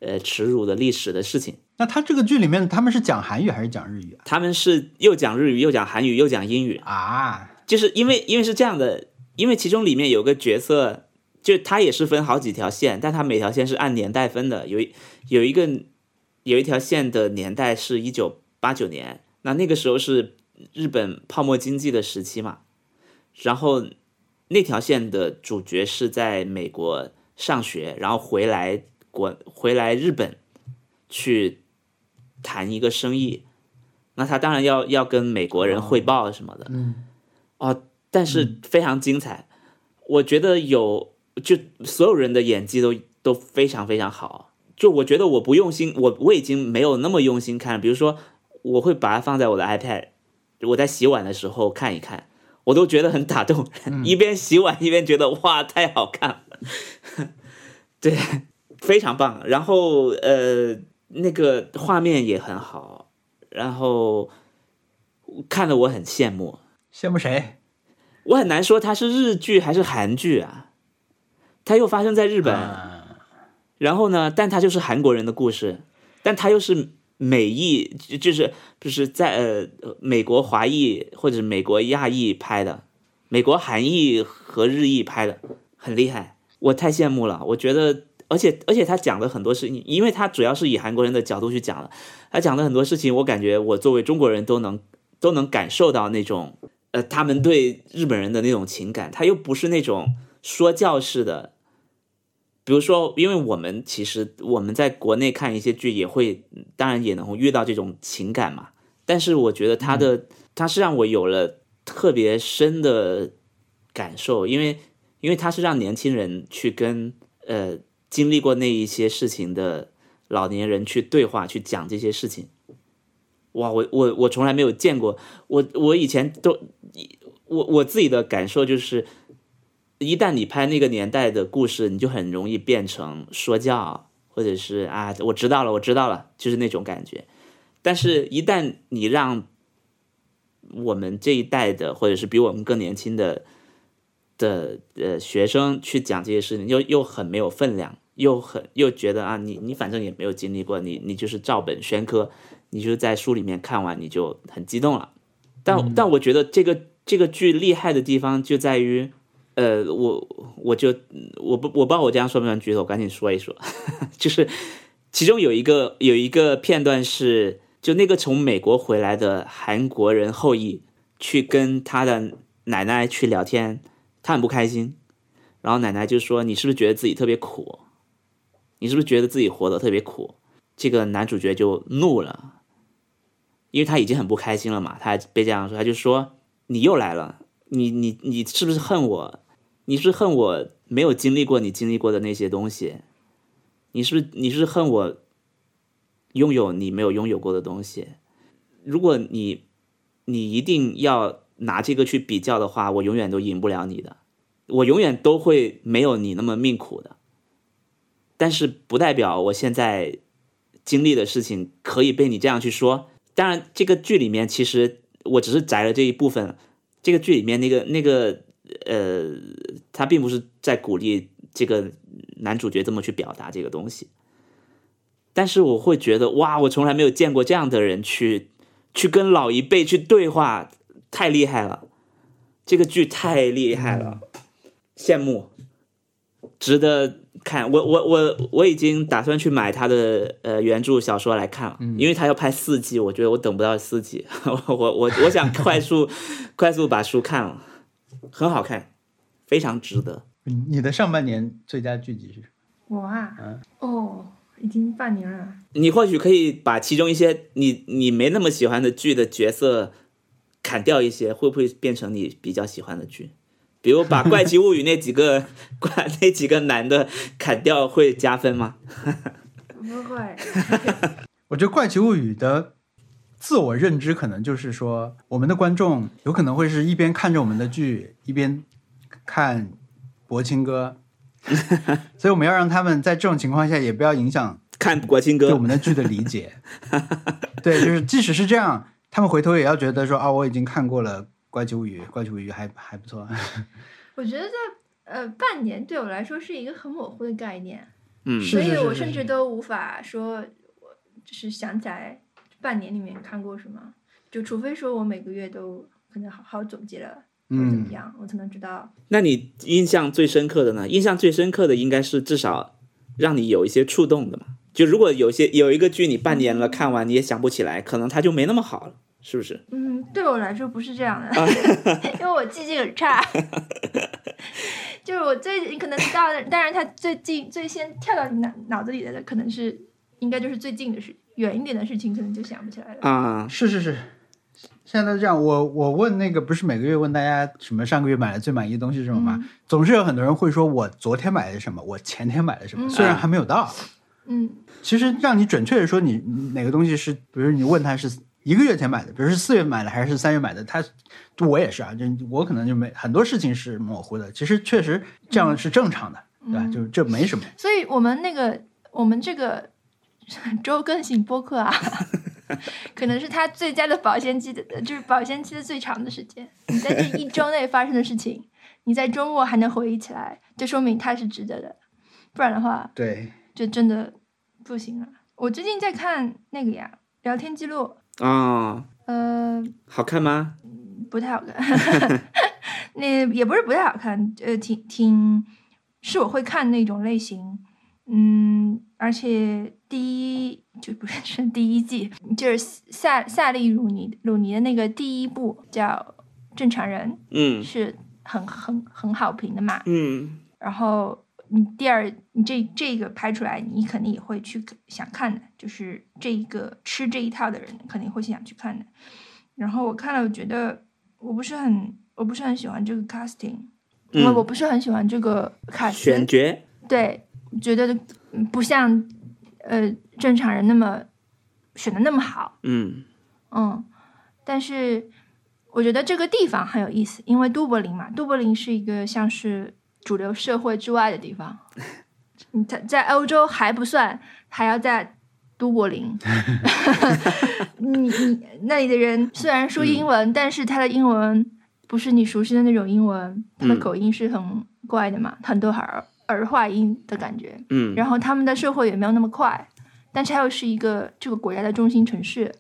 S2: 呃耻辱的历史的事情。
S1: 那他这个剧里面他们是讲韩语还是讲日语
S2: 他们是又讲日语，又讲韩语，又讲英语，
S1: 啊？啊，
S2: 就是因为因为是这样的，因为其中里面有个角色，就他也是分好几条线，但他每条线是按年代分的。有一有一个有一条线的年代是一九八九年，那那个时候是日本泡沫经济的时期嘛。然后那条线的主角是在美国上学，然后回来国回来日本去谈一个生意，那他当然要要跟美国人汇报什么的。
S1: 嗯，
S2: 哦，但是非常精彩。我觉得有就所有人的演技都都非常非常好。就我觉得我不用心，我我已经没有那么用心看了。比如说，我会把它放在我的 iPad，我在洗碗的时候看一看，我都觉得很打动人。 一边洗碗一边觉得哇，太好看了， 对，非常棒。然后呃，那个画面也很好，然后看得我很羡慕。
S1: 羡慕谁？
S2: 我很难说它是日剧还是韩剧啊，它又发生在日本，
S1: 嗯
S2: 然后呢，但它就是韩国人的故事，但它又是美裔，就就是就是在呃美国华裔或者是美国亚裔拍的，美国韩裔和日裔拍的，很厉害，我太羡慕了，我觉得。而且而且他讲的很多事情，因为他主要是以韩国人的角度去讲的，他讲的很多事情，我感觉我作为中国人都能都能感受到那种呃，他们对日本人的那种情感，他又不是那种说教式的。比如说，因为我们其实我们在国内看一些剧，也会当然也能遇到这种情感嘛。但是我觉得他的他是让我有了特别深的感受，因为因为他是让年轻人去跟呃经历过那一些事情的老年人去对话，去讲这些事情。哇，我我我从来没有见过，我我以前都我我自己的感受就是，一旦你拍那个年代的故事，你就很容易变成说教，或者是啊，我知道了，我知道了，就是那种感觉。但是，一旦你让我们这一代的，或者是比我们更年轻的的呃学生去讲这些事情，又又很没有分量，又很又觉得啊，你你反正也没有经历过，你你就是照本宣科，你就在书里面看完，你就很激动了。但但我觉得这个这个剧厉害的地方就在于，呃，我我就我不我不知道我这样说不算剧透，赶紧说一说， 就是其中有一个有一个片段是，就那个从美国回来的韩国人后裔去跟他的奶奶去聊天，他很不开心，然后奶奶就说：“你是不是觉得自己特别苦？你是不是觉得自己活得特别苦？”这个男主角就怒了。因为他已经很不开心了嘛，他被这样说，他就说：“你又来了，你你你是不是恨我？你是不是恨我没有经历过你经历过的那些东西？你是不是你是不是恨我拥有你没有拥有过的东西？如果你你一定要拿这个去比较的话，我永远都赢不了你的，我永远都会没有你那么命苦的。但是不代表我现在经历的事情可以被你这样去说。”当然，这个剧里面其实我只是摘了这一部分。这个剧里面那个那个呃，他并不是在鼓励这个男主角这么去表达这个东西。但是我会觉得，哇，我从来没有见过这样的人去去跟老一辈去对话，太厉害了！这个剧太厉害了，羡慕，值得看。我我我我已经打算去买他的呃原著小说来看了，因为他要拍四季，我觉得我等不到四季， 我我我我想快速快速把书看了，很好看，非常值得。
S1: 你的上半年最佳剧集是什么？
S3: 我啊，哦，已经半年了。
S2: 你或许可以把其中一些你你没那么喜欢的剧的角色砍掉一些，会不会变成你比较喜欢的剧？比如把《怪奇物语》那几个 怪那几个男的砍掉，会加分吗？
S3: 不会，
S1: 我觉得《怪奇物语》的自我认知可能就是说，我们的观众有可能会是一边看着我们的剧，一边看薄情哥，所以我们要让他们在这种情况下也不要影响
S2: 看国庆
S1: 对
S2: 哥
S1: 我们的剧的理解。对，就是即使是这样，他们回头也要觉得说啊，我已经看过了《怪奇物语》，《怪奇物语》还还不错。
S3: 我觉得在呃半年对我来说是一个很模糊的概念，
S2: 嗯，
S1: 是
S3: 所以我甚至都无法说，我就是想起来半年里面看过什么，就除非说我每个月都可能好好总结了。或者怎么
S1: 嗯，
S3: 样，我才能知道。
S2: 那你印象最深刻的呢？印象最深刻的应该是至少让你有一些触动的嘛。就如果有些有一个剧你半年了看完你也想不起来，可能它就没那么好了，是不是？
S3: 嗯，对我来说不是这样的，因为我记性很差。就是我最可能到，当然他最近最先跳到你脑脑子里的，可能是应该就是最近的事，远一点的事情可能就想不起来了。
S2: 啊，
S1: 是是是，现在都这样。我我问那个不是每个月问大家什么上个月买的最满意的东西是什么吗？总是有很多人会说我昨天买的什么，我前天买的什么，
S3: 嗯
S1: 虽然还没有到。
S3: 嗯，
S1: 其实让你准确的说你，你哪个东西是，比如你问他是一个月前买的，比如是四月买的还是三月买的，他我也是啊，就我可能就没很多事情是模糊的。其实确实这样是正常的，对吧？就是这没什么。
S3: 所以我们那个我们这个周更型播客啊，可能是他最佳的保鲜期的，就是保鲜期的最长的时间。你在这一周内发生的事情，你在周末还能回忆起来，就说明它是值得的，不然的话。
S1: 对，
S3: 就真的不行了。我最近在看那个呀，聊天记录，
S2: 哦，
S3: 呃，
S2: 好看吗？
S3: 不太好看， 那也不是不太好看，呃，挺挺是我会看那种类型，嗯，而且第一就不是是第一季，就是夏夏利鲁尼鲁尼的那个第一部叫《正常人
S2: 嗯》，
S3: 是很很很好评的嘛，
S2: 嗯
S3: 然后你第二，你这这个拍出来，你肯定也会去想看的，就是这一个吃这一套的人肯定会想去看的。然后我看了，我觉得我不是很，我不是很喜欢这个 casting，因为、我
S2: 嗯，
S3: 不是很喜欢这个卡斯
S2: 选角，
S3: 对，觉得嗯不像呃正常人那么选的那么好，
S2: 嗯
S3: 嗯，但是我觉得这个地方很有意思，因为都柏林嘛，都柏林是一个像是主流社会之外的地方，你在在欧洲还不算，还要在都柏林。 你你那里的人虽然说英文，但是他的英文不是你熟悉的那种英文，他的
S2: 嗯
S3: 口音是很怪的嘛，很多儿儿化音的感觉。
S2: 嗯
S3: 然后他们的社会也没有那么快，但是它又是一个这个国家的中心城市，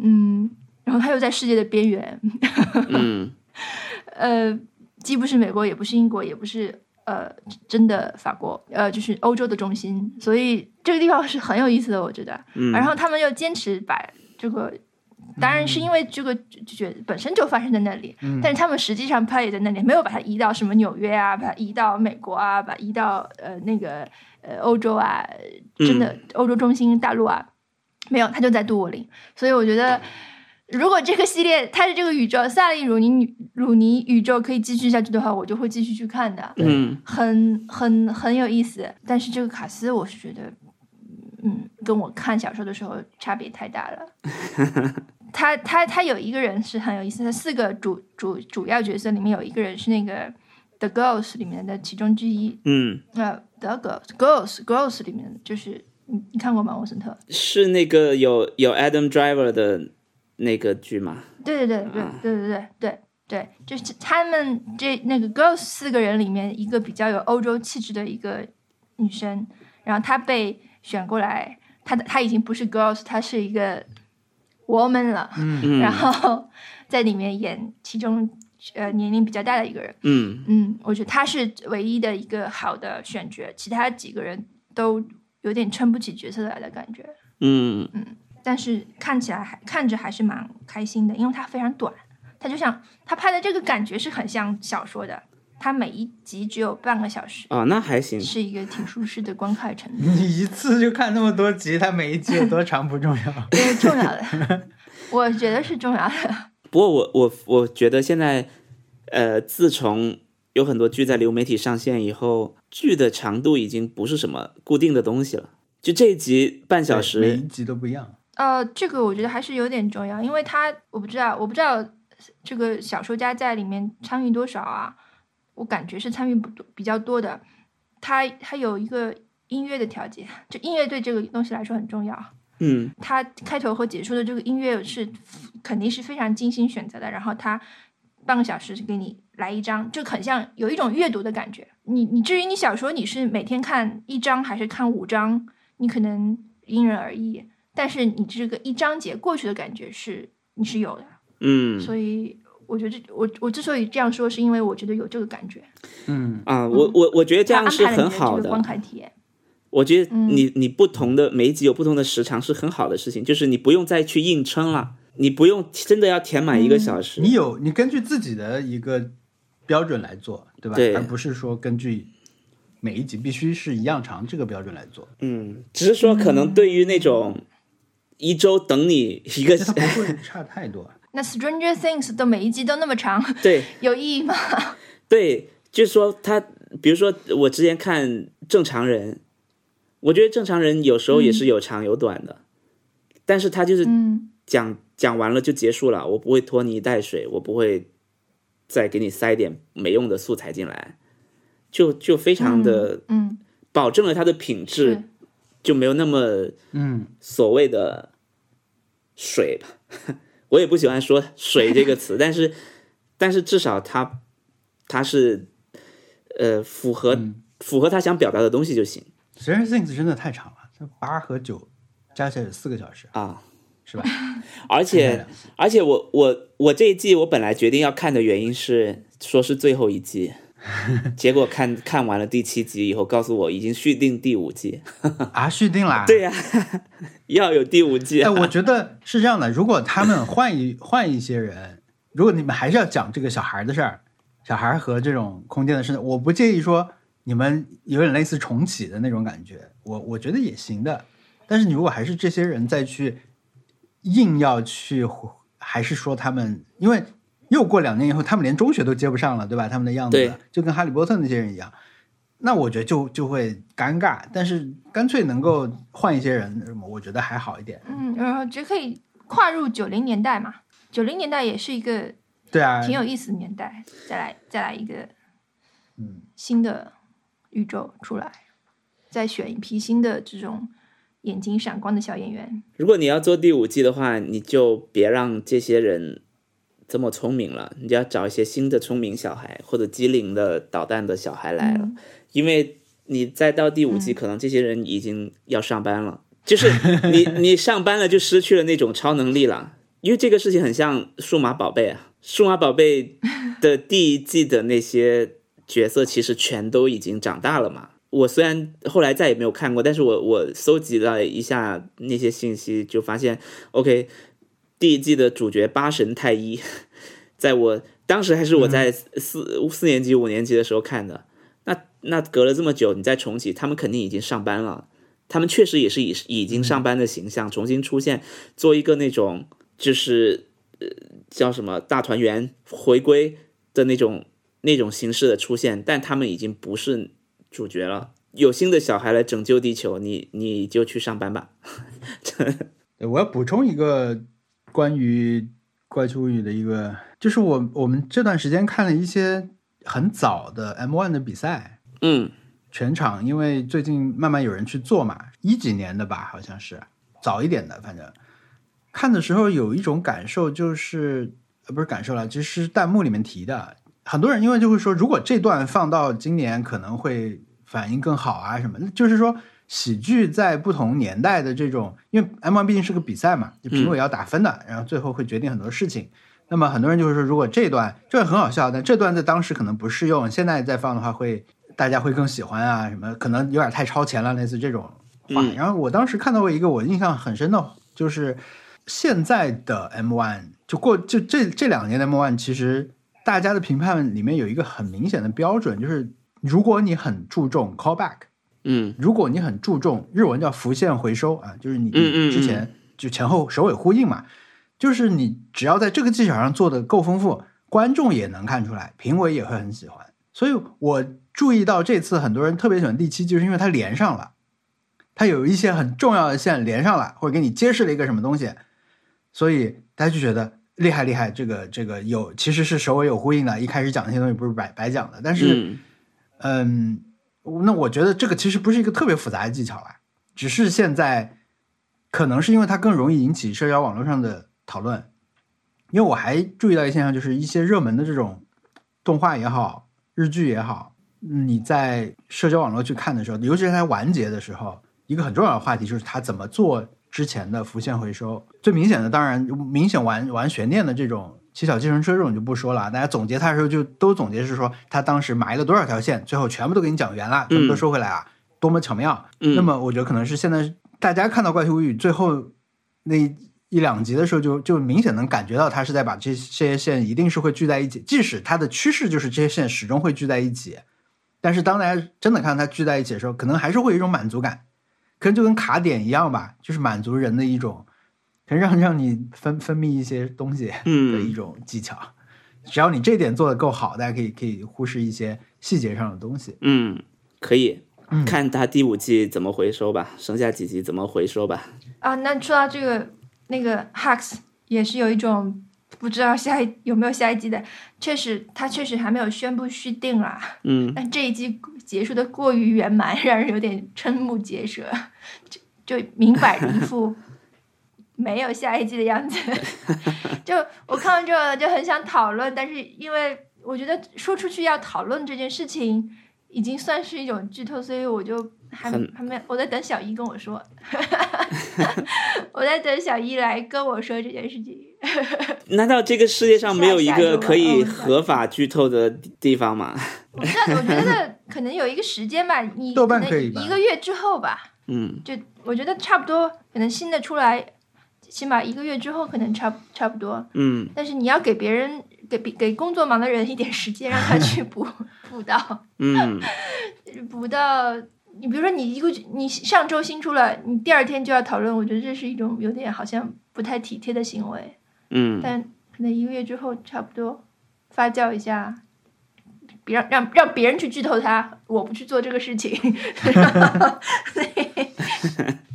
S3: 嗯，然后它又在世界的边缘，
S2: 嗯
S3: 呃，既不是美国，也不是英国，也不是呃真的法国，呃，就是欧洲的中心，所以这个地方是很有意思的，我觉得。
S2: 嗯，
S3: 然后他们又坚持把这个，当然是因为这个就就觉得本身就发生在那里，
S1: 嗯
S3: 但是他们实际上拍也在那里，没有把它移到什么纽约啊，把它移到美国啊，把它移到呃那个呃欧洲啊，真
S2: 嗯
S3: 的欧洲中心大陆啊，没有，他就在杜柏林，所以我觉得。如果这个系列它是这个宇宙萨利鲁尼女鲁尼宇宙可以继续下去的话，我就会继续去看的。
S2: 嗯
S3: 很很很有意思。但是这个卡斯，我是觉得，嗯，跟我看小说的时候差别太大了。他他他有一个人是很有意思，他四个主主主要角色里面有一个人是那个《The Girls》里面的其中之一，
S2: 嗯，
S3: 呃，《The Girls》《Girls》《Girls》里面就是你你看过吗？沃森特？
S2: 是那个有有 Adam Driver 的那个剧吗？
S3: 对对对对对对对对对，就是他们这那个 girls 四个人里面一个比较有欧洲气质的一个女生，然后她被选过来，她她已经不是 girls，她是一个 woman 了，
S2: 嗯
S3: 然后在里面演其中呃年龄比较大的一个人，
S2: 嗯
S3: 嗯，我觉得她是唯一的一个好的选角，其他几个人都有点撑不起角色来的感觉，
S2: 嗯
S3: 但是看起来还看着还是蛮开心的，因为它非常短，它就像它拍的这个感觉是很像小说的，它每一集只有半个小时，
S2: 哦，那还行，
S3: 是一个挺舒适的观看程 度，
S1: 你一次就看那么多集，它每一集有多长不重要。
S3: 这是重要的， 我觉得是重要的。
S2: 不过我我我觉得现在，呃，自从有很多剧在流媒体上线以后，剧的长度已经不是什么固定的东西了。就这一集半小
S1: 对每一
S2: 时，
S1: 集都不一样。
S3: 呃，这个我觉得还是有点重要，因为它我不知道，我不知道这个小说家在里面参与多少啊，我感觉是参与不多比较多的，它它有一个音乐的调节，就音乐对这个东西来说很重要。
S2: 嗯
S3: 他开头和结束的这个音乐是肯定是非常精心选择的，然后他半个小时给你来一章，就很像有一种阅读的感觉。你你至于你小说你是每天看一章还是看五章，你可能因人而异，但是你这个一章节过去的感觉是你是有的。
S2: 嗯
S3: 所以我觉得这我我之所以这样说，是因为我觉得有这个感觉，
S1: 嗯，
S2: 啊，我我我觉得这
S3: 他
S2: 样
S3: 安
S2: 是
S3: 排了
S2: 很
S3: 你的
S2: 好
S3: 这个嗯
S2: 的
S3: 观。看体验。
S2: 我觉得你你不同的每一集有不同的时长是很好的事情，就是你不用再去硬撑
S3: 嗯
S2: 了，你不用真的要填满一个小时。
S1: 你有你根据自己的一个标准来做，对吧？
S2: 对
S1: 而不是说根据每一集必须是一样长这个标准来做，
S2: 嗯，只是说可能对于那种
S3: 嗯
S2: 一周等你一个
S1: 其实它不会差太多。
S3: 那 Stranger Things 的每一集都那么长，
S2: 对
S3: 有意义吗？
S2: 对，就是说他，比如说我之前看《正常人》，我觉得《正常人》有时候也是有长有短的，但是他就是
S3: 嗯，
S2: 讲讲完了就结束了，我不会拖泥带水，我不会再给你塞点没用的素材进来，就就非常的
S3: 嗯，
S2: 保证了它的品质，
S3: 是
S2: 就没有那么
S1: 嗯，
S2: 所谓的水吧。 我也不喜欢说“水”这 个词，但是但是至少它它是呃符合、
S1: 嗯
S2: 符合他想表达的东西就行
S1: Stranger Things 真的太长了，这八和九加起来有四个小时，
S2: 啊，
S1: 是吧？
S2: 而且。而且我我我这一季我本来决定要看的原因是说是最后一 季，结果看看完了第七集以后，告诉我已经续订第五季，
S1: 啊，续订啦。
S2: 对呀、要有第五季、
S1: 哎，
S2: 啊。
S1: 我觉得是这样的，如果他们换一换一些人，如果你们还是要讲这个小孩的事儿，小孩和这种空间的事，我不介意说你们有点类似重启的那种感觉，我我觉得也行的。但是你如果还是这些人再去硬要去，还是说他们，因为又过两年以后，他们连中学都接不上了，对吧？他们的样
S2: 对
S1: 子就跟哈利波特那些人一样。那我觉得就就会尴尬，但是干脆能够换一些人，什么我觉得还好一点。
S3: 嗯，然后只可以跨入九零年代嘛，九零年代也是一个
S1: 对啊，
S3: 挺有意思的年代，再来再来一个
S1: 嗯
S3: 新的宇宙出来，再选一批新的这种眼睛闪光的小演员。
S2: 如果你要做第五季的话，你就别让这些人这么聪明了，你就要找一些新的聪明小孩或者机灵的捣蛋的小孩来了，
S3: 嗯
S2: 因为你再到第五季，可能这些人已经要上班了，就是你你上班了就失去了那种超能力了，因为这个事情很像数码宝贝啊，数码宝贝的第一季的那些角色其实全都已经长大了嘛。我虽然后来再也没有看过，但是我我搜集了一下那些信息，就发现，OK，第一季的主角八神太一， 在我当时还是我在四、四年级五年级的时候看的。那那隔了这么久，你再重启，他们肯定已经上班了。他们确实也是以已经
S1: 嗯
S2: 上班的形象重新出现，做一个那种就是呃叫什么大团圆回归的那种那种形式的出现，但他们已经不是主角了。有新的小孩来拯救地球，你你就去上班吧。
S1: 对我要补充一个关于《怪奇物语》的一个，就是我我们这段时间看了一些很早的 M1 的比赛，
S2: 嗯，
S1: 全场因为最近慢慢有人去做嘛，一几年的吧，好像是早一点的，反正看的时候有一种感受，就是呃不是感受了，就是弹幕里面提的，很多人因为就会说，如果这段放到今年可能会反应更好啊什么，就是说喜剧在不同年代的这种，因为 M1 毕竟是个比赛嘛，就评委要打分的，然后最后会决定很多事情。那么很多人就会说，如果这段这段很好笑，但这段在当时可能不适用，现在再放的话会大家会更喜欢啊，什么可能有点太超前了，类似这种话。
S2: 嗯
S1: 然后我当时看到过一个我印象很深的，就是现在的 M1，就过就这这两年的 M1，其实大家的评判里面有一个很明显的标准，就是如果你很注重 callback，
S2: 嗯
S1: 如果你很注重日文叫浮现回收啊，就是你
S2: 嗯嗯嗯
S1: 之前就前后首尾呼应嘛，就是你只要在这个技巧上做的够丰富，观众也能看出来，评委也会很喜欢。所以我注意到这次很多人特别喜欢第七，就是因为它连上了，它有一些很重要的线连上了，或者给你揭示了一个什么东西，所以大家就觉得厉害厉害，这个这个有其实是首尾有呼应的，一开始讲那些东西不是白白讲的，但是。
S2: 嗯
S1: 嗯，那我觉得这个其实不是一个特别复杂的技巧啦，只是现在可能是因为它更容易引起社交网络上的讨论，因为我还注意到一个现象，就是一些热门的这种动画也好，日剧也好，你在社交网络去看的时候，尤其是它完结的时候，一个很重要的话题就是它怎么做之前的浮现回收。最明显的，当然明显玩玩悬念的这种《七巧计程车》这种就不说了啊，大家总结它的时候就都总结是说它当时埋了多少条线，最后全部都给你讲圆了，全部都收回来啊，多么巧妙。
S2: 嗯
S1: 那么我觉得可能是现在大家看到《怪奇物语》最后那一两集的时候就，就明显能感觉到他是在把这这些线一定是会聚在一起，即使它的趋势就是这些线始终会聚在一起，但是当大家真的看到它聚在一起的时候，可能还是会有一种满足感，可能就跟卡点一样吧，就是满足人的一种，可能让让你分 分泌一些东西的一
S2: 嗯，
S1: 种技巧。只要你这点做的够好，大家可以可以忽视一些细节上的东西。
S2: 嗯，可以
S1: 嗯
S2: 看他第五季怎么回收吧，剩下几集怎么回收吧。
S3: 啊，那说到这个，那个 Hux 也是有一种不知道下一有没有下一季的，确实他确实还没有宣布续订啦。
S2: 嗯，
S3: 但这一季结束的过于圆满，让人有点瞠目结舌，就就明摆着一 副没有下一季的样子。 就我看完之后就很想讨论，但是因为我觉得说出去要讨论这件事情，已经算是一种剧透，所以我就还
S2: 很
S3: 还没我在等小一跟我说， 我在等小一来跟我说这件事情。
S2: 难道这个世界上没有一
S3: 下下周
S2: 个
S3: 吧
S2: 可以
S3: 嗯下
S2: 合法剧透的地方吗？
S3: 我知道，我觉得可能有一个时间吧，你
S1: 豆瓣
S3: 能
S1: 可以吧
S3: 一个月之后吧。
S2: 嗯，
S3: 就我觉得差不多，可能新的出来，起码一个月之后可能差不差不多。
S2: 嗯，
S3: 但是你要给别人给别给工作忙的人一点时间，让他去补补到
S2: 嗯，
S3: 补到。你比如说你一个你上周新出了，你第二天就要讨论，我觉得这是一种有点好像不太体贴的行为。
S2: 嗯，
S3: 但可能一个月之后差不多发酵一下，别让让让别人去剧透他，我不去做这个事情。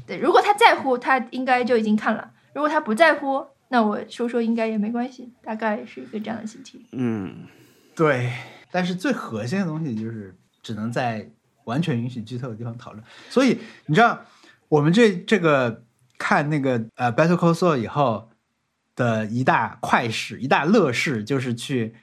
S3: 对，如果他在乎，他应该就已经看了；如果他不在乎，那我说说应该也没关系。大概是一个这样的心情。
S2: 嗯，
S1: 对，但是最核心的东西就是只能在完全允许剧透的地方讨论。所以你知道，我们这这个看那个呃《Battle Call Saul》以后的一大快事、一大乐事，就是去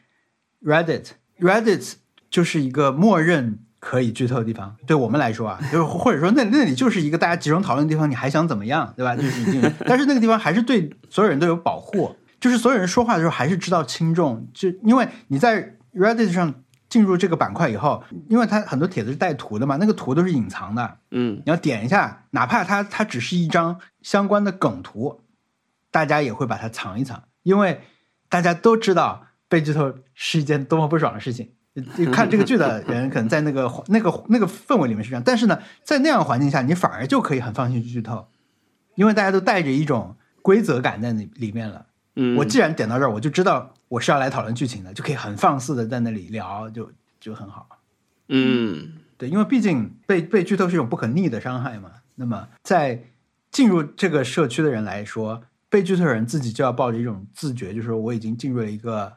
S1: Reddit。Reddit 就是一个默认可以剧透的地方，对我们来说啊，就是或者说那那里就是一个大家集中讨论的地方，你还想怎么样，对吧？就是已经，但是那个地方还是对所有人都有保护，就是所有人说话的时候还是知道轻重，就因为你在 Reddit 上进入这个板块以后，因为它很多帖子是带图的嘛，那个图都是隐藏的，
S2: 嗯，
S1: 你要点一下，哪怕它它只是一张相关的梗图，大家也会把它藏一藏，因为大家都知道被剧透是一件多么不爽的事情。就看这个剧的人，可能在那个那个那个氛围里面是这样，但是呢，在那样的环境下，你反而就可以很放心去剧透，因为大家都带着一种规则感在里里面了。
S2: 嗯，
S1: 我既然点到这儿，我就知道我是要来讨论剧情的，就可以很放肆的在那里聊，就就很好。
S2: 嗯，
S1: 对，因为毕竟被被剧透是一种不可逆的伤害嘛。那么在进入这个社区的人来说，被剧透的人自己就要抱着一种自觉，就是说我已经进入了一个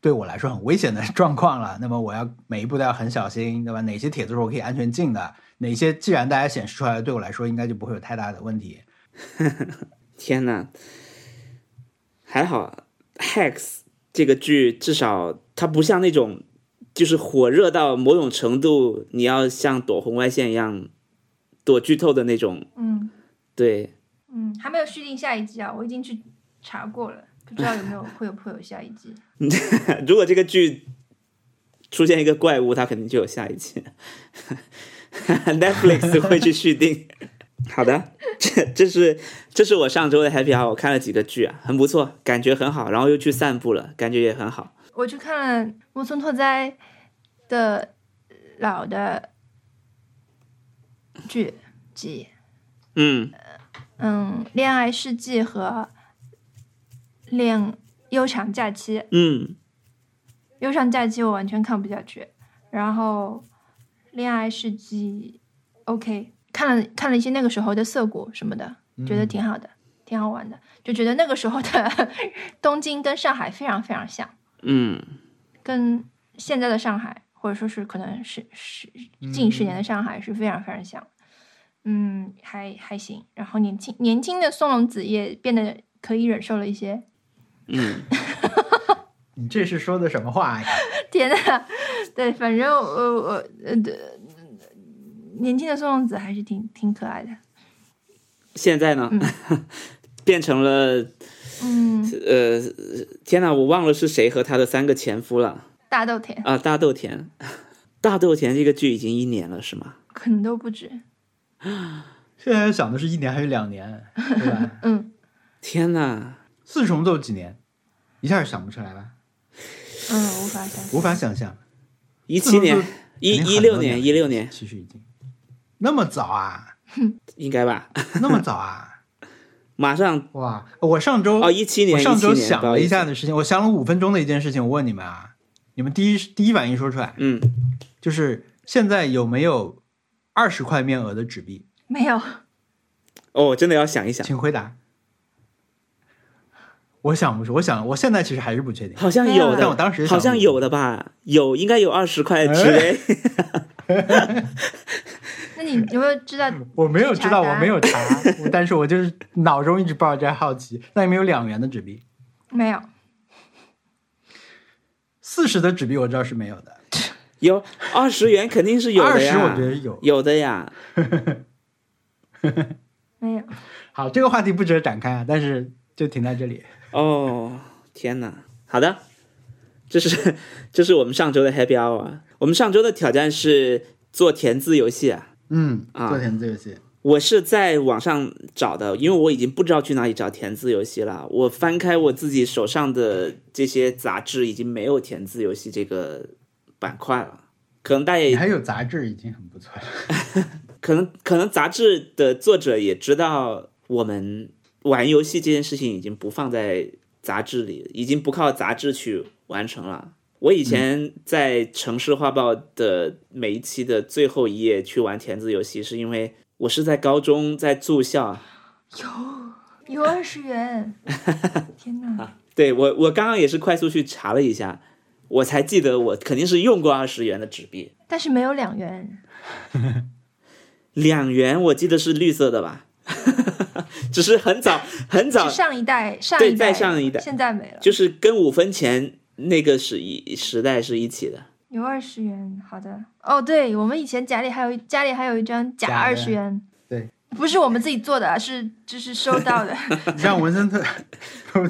S1: 对我来说很危险的状况了。那么我要每一步都要很小心，对吧？哪些帖子是我可以安全进的？哪些既然大家显示出来了，对我来说应该就不会有太大的问题。
S2: 天呐，还好《Hex》这个剧至少它不像那种就是火热到某种程度，你要像躲红外线一样躲剧透的那种。
S3: 嗯
S2: 对，
S3: 嗯，还没有续订下一季啊，我已经去查过了，不知道有没有会有会有下一季。
S2: 如果这个剧出现一个怪物，它肯定就有下一季。Netflix 会去续订。 好的， 这这是这是我上周的 Happy Hour，我看了几个剧啊，很不错，感觉很好，然后又去散步了，感觉也很好。
S3: 我去看了木村拓哉的老的剧集，
S2: 嗯
S3: 嗯，《恋爱世纪》和《恋悠长假期》。《
S2: 嗯。
S3: 悠长假期》我完全看不下去，然后《恋爱世纪》OK，看了看了一些那个时候的涩谷什么的，觉得挺好的，挺好玩的，就觉得那个时候的 东京跟上海非常非常像。
S2: 嗯
S3: 跟现在的上海，或者说是可能是是近十年的上海是非常非常像。嗯，还还行。然后年轻年轻的松隆子也变得可以忍受了一些，
S2: 嗯，
S1: 你嗯这是说的什么话呀？
S3: 天呐，对，反正我我呃对，年轻的松隆子还是挺挺可爱的。
S2: 现在呢， 变成了
S3: 嗯，
S2: 呃，天哪，我忘了是谁和她的三个前夫了
S3: 大豆田
S2: 啊！大豆田， 大豆田这个剧已经一年了是吗？
S3: 可能都不止。
S1: 现在想的是一年还是两年， 对吧？
S3: 嗯
S2: 天哪，
S1: 四重奏几年？一下想不出来吧？
S3: 嗯，无法想象。
S1: 无法想象。
S2: 一七
S1: 四
S2: 年
S1: 重奏，
S2: 一
S1: 肯定
S2: 一
S1: 很
S2: 六
S1: 多
S2: 年，
S1: 年
S2: 一六年
S1: 其实已经那么早啊，
S2: 应该吧？
S1: 那么早啊！
S2: 马上
S1: 哇，我上周
S2: 哦，一七年，
S1: 我上周
S2: 17年
S1: 想了一，
S2: 不好
S1: 下
S2: 意思
S1: 的事情，我想了五分钟的一件事情，我问你们啊，你们第一第一反应说出来，
S2: 嗯，
S1: 就是现在有没有二十块面额的纸币？
S3: 没有，
S2: 哦，我真的要想一想，
S1: 请回答。我想不出，我想我现在其实还是不确定。
S2: 好像
S3: 没有
S2: 有
S3: 啊
S2: 的，
S1: 哎但我当时想
S2: 好
S1: 哎
S2: 像
S1: 不
S2: 有的吧？有，应该有二十块之类。
S3: 那你有没有知道？
S1: 我没有知道，
S3: 去查答
S1: 我
S3: 案
S1: 没有查，我但是我就是脑中一直抱着好奇。那有没有两元的纸币？
S3: 没有，
S1: 四十的纸币我知道是没有的，
S2: 有二十元肯定是有的呀，
S1: 20我觉得有
S2: 有的呀。
S3: 没有。
S1: 好，这个话题不值得展开啊，但是就停在这里。
S2: 哦，天哪！好的，这是这是我们上周的 Happy Hour 啊。我们上周的挑战是做填字游戏啊。
S1: 嗯，
S2: 啊
S1: 做填字游戏，
S2: 我是在网上找的，因为我已经不知道去哪里找填字游戏了。我翻开我自己手上的这些杂志，已经没有填字游戏这个板块了。可能大家也
S1: 你还有杂志已经很不错了。
S2: 可能可能杂志的作者也知道我们玩游戏这件事情已经不放在杂志里，已经不靠杂志去完成了。我以
S1: 嗯
S2: 前在《城市画报》的每一期的最后一页去玩填字游戏，是因为我是在高中在住校，
S3: 有二十元，天哪！
S2: 对我我刚刚也是快速去查了一下，我才记得我肯定是用过二十元的纸币，
S3: 但是没有两元，
S2: 两元我记得是绿色的吧， 只是很早很早
S3: 是上一代，上
S2: 对
S3: 一代，
S2: 再上一代
S3: 现在没了。
S2: 就是跟五分钱那个时一时代是一起的。
S3: 有二十元，好的。哦，对，我们以前家里还有一家里还有一张假
S1: 假
S3: 二
S1: 的
S3: 十元，
S1: 对，
S3: 不是我们自己做的，是就是收到的。
S1: 你像文森特，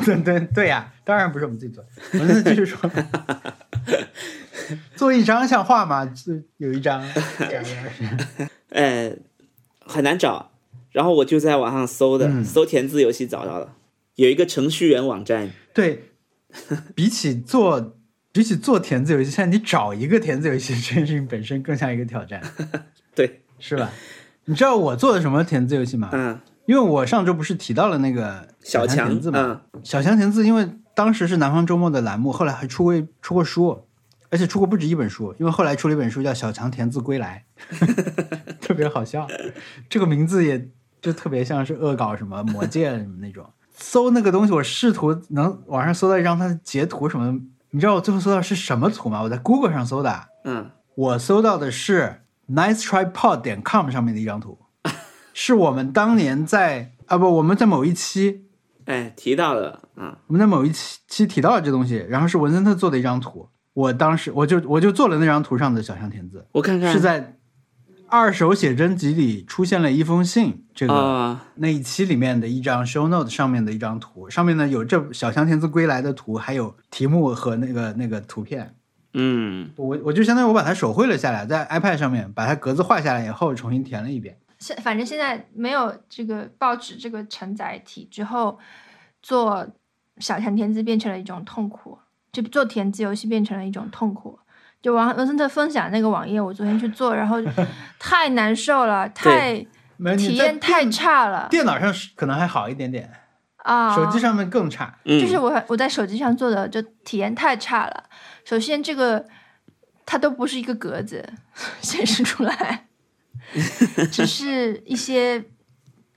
S1: 对对对呀、当然不是我们自己做的。文森特继续说，做一张像画吗？这有一张，假的
S2: 呃，很难找。然后我就在网上搜的，
S1: 嗯
S2: 搜填字游戏找到了，有一个程序员网站，
S1: 对，比起做。比起做填字游戏，像你找一个填字游戏这件事情本身更像一个挑战，
S2: 对，
S1: 是 吧？你知道我做的什么填字游戏吗？
S2: 嗯，
S1: 因为我上周不是提到了那个
S2: 小
S1: 强
S2: 强
S1: 填字，嘛，
S2: 嗯，
S1: 小强填字，因为当时是南方周末的栏目，后来还出过一出过书，而且出过不止一本书，因为后来出了一本书叫《小强填字归来》， 特别好笑，这个名字也就特别像是恶搞什么魔戒什么那种。搜那个东西，我试图能网上搜到一张它的截图什么的，你知道我最后搜到是什么图吗？我在 Google 上搜的，
S2: 嗯，
S1: 我搜到的是 nice tripod 点 com 上面的一张图，是我们当年在啊不我们在某一期
S2: 哎，提到了，嗯，
S1: 我们在某一期期提到了这东西，然后是文森特做的一张图，我当时我就我就做了那张图上的小象填字，
S2: 我看看
S1: 是在二手写真集里出现了一封信这
S2: 啊、
S1: 个、那一期里面的一张 show note 上面的一张图，上面呢有这小象填字归来的图，还有题目和那个那个图片。
S2: 嗯，
S1: 我我就相当于我把它手绘了下来，在 iPad 上面把它格子画下来以后，重新填了一遍。
S3: 现反正现在没有这个报纸这个承载体之后，做小强填字变成了一种痛苦，就做填字游戏变成了一种痛苦。就王文森特分享那个网页，我昨天去做，然后 太难受了，太
S1: 没有
S3: 体
S1: 你在
S3: 验太
S1: 电
S3: 差了
S1: 电脑上是可能还好一点点，
S3: 啊！
S1: 手机上面更差。
S2: 嗯
S3: 就是我我在手机上做的，就体验太差了。首先，这个它都不是一个格子显示出来，只是一些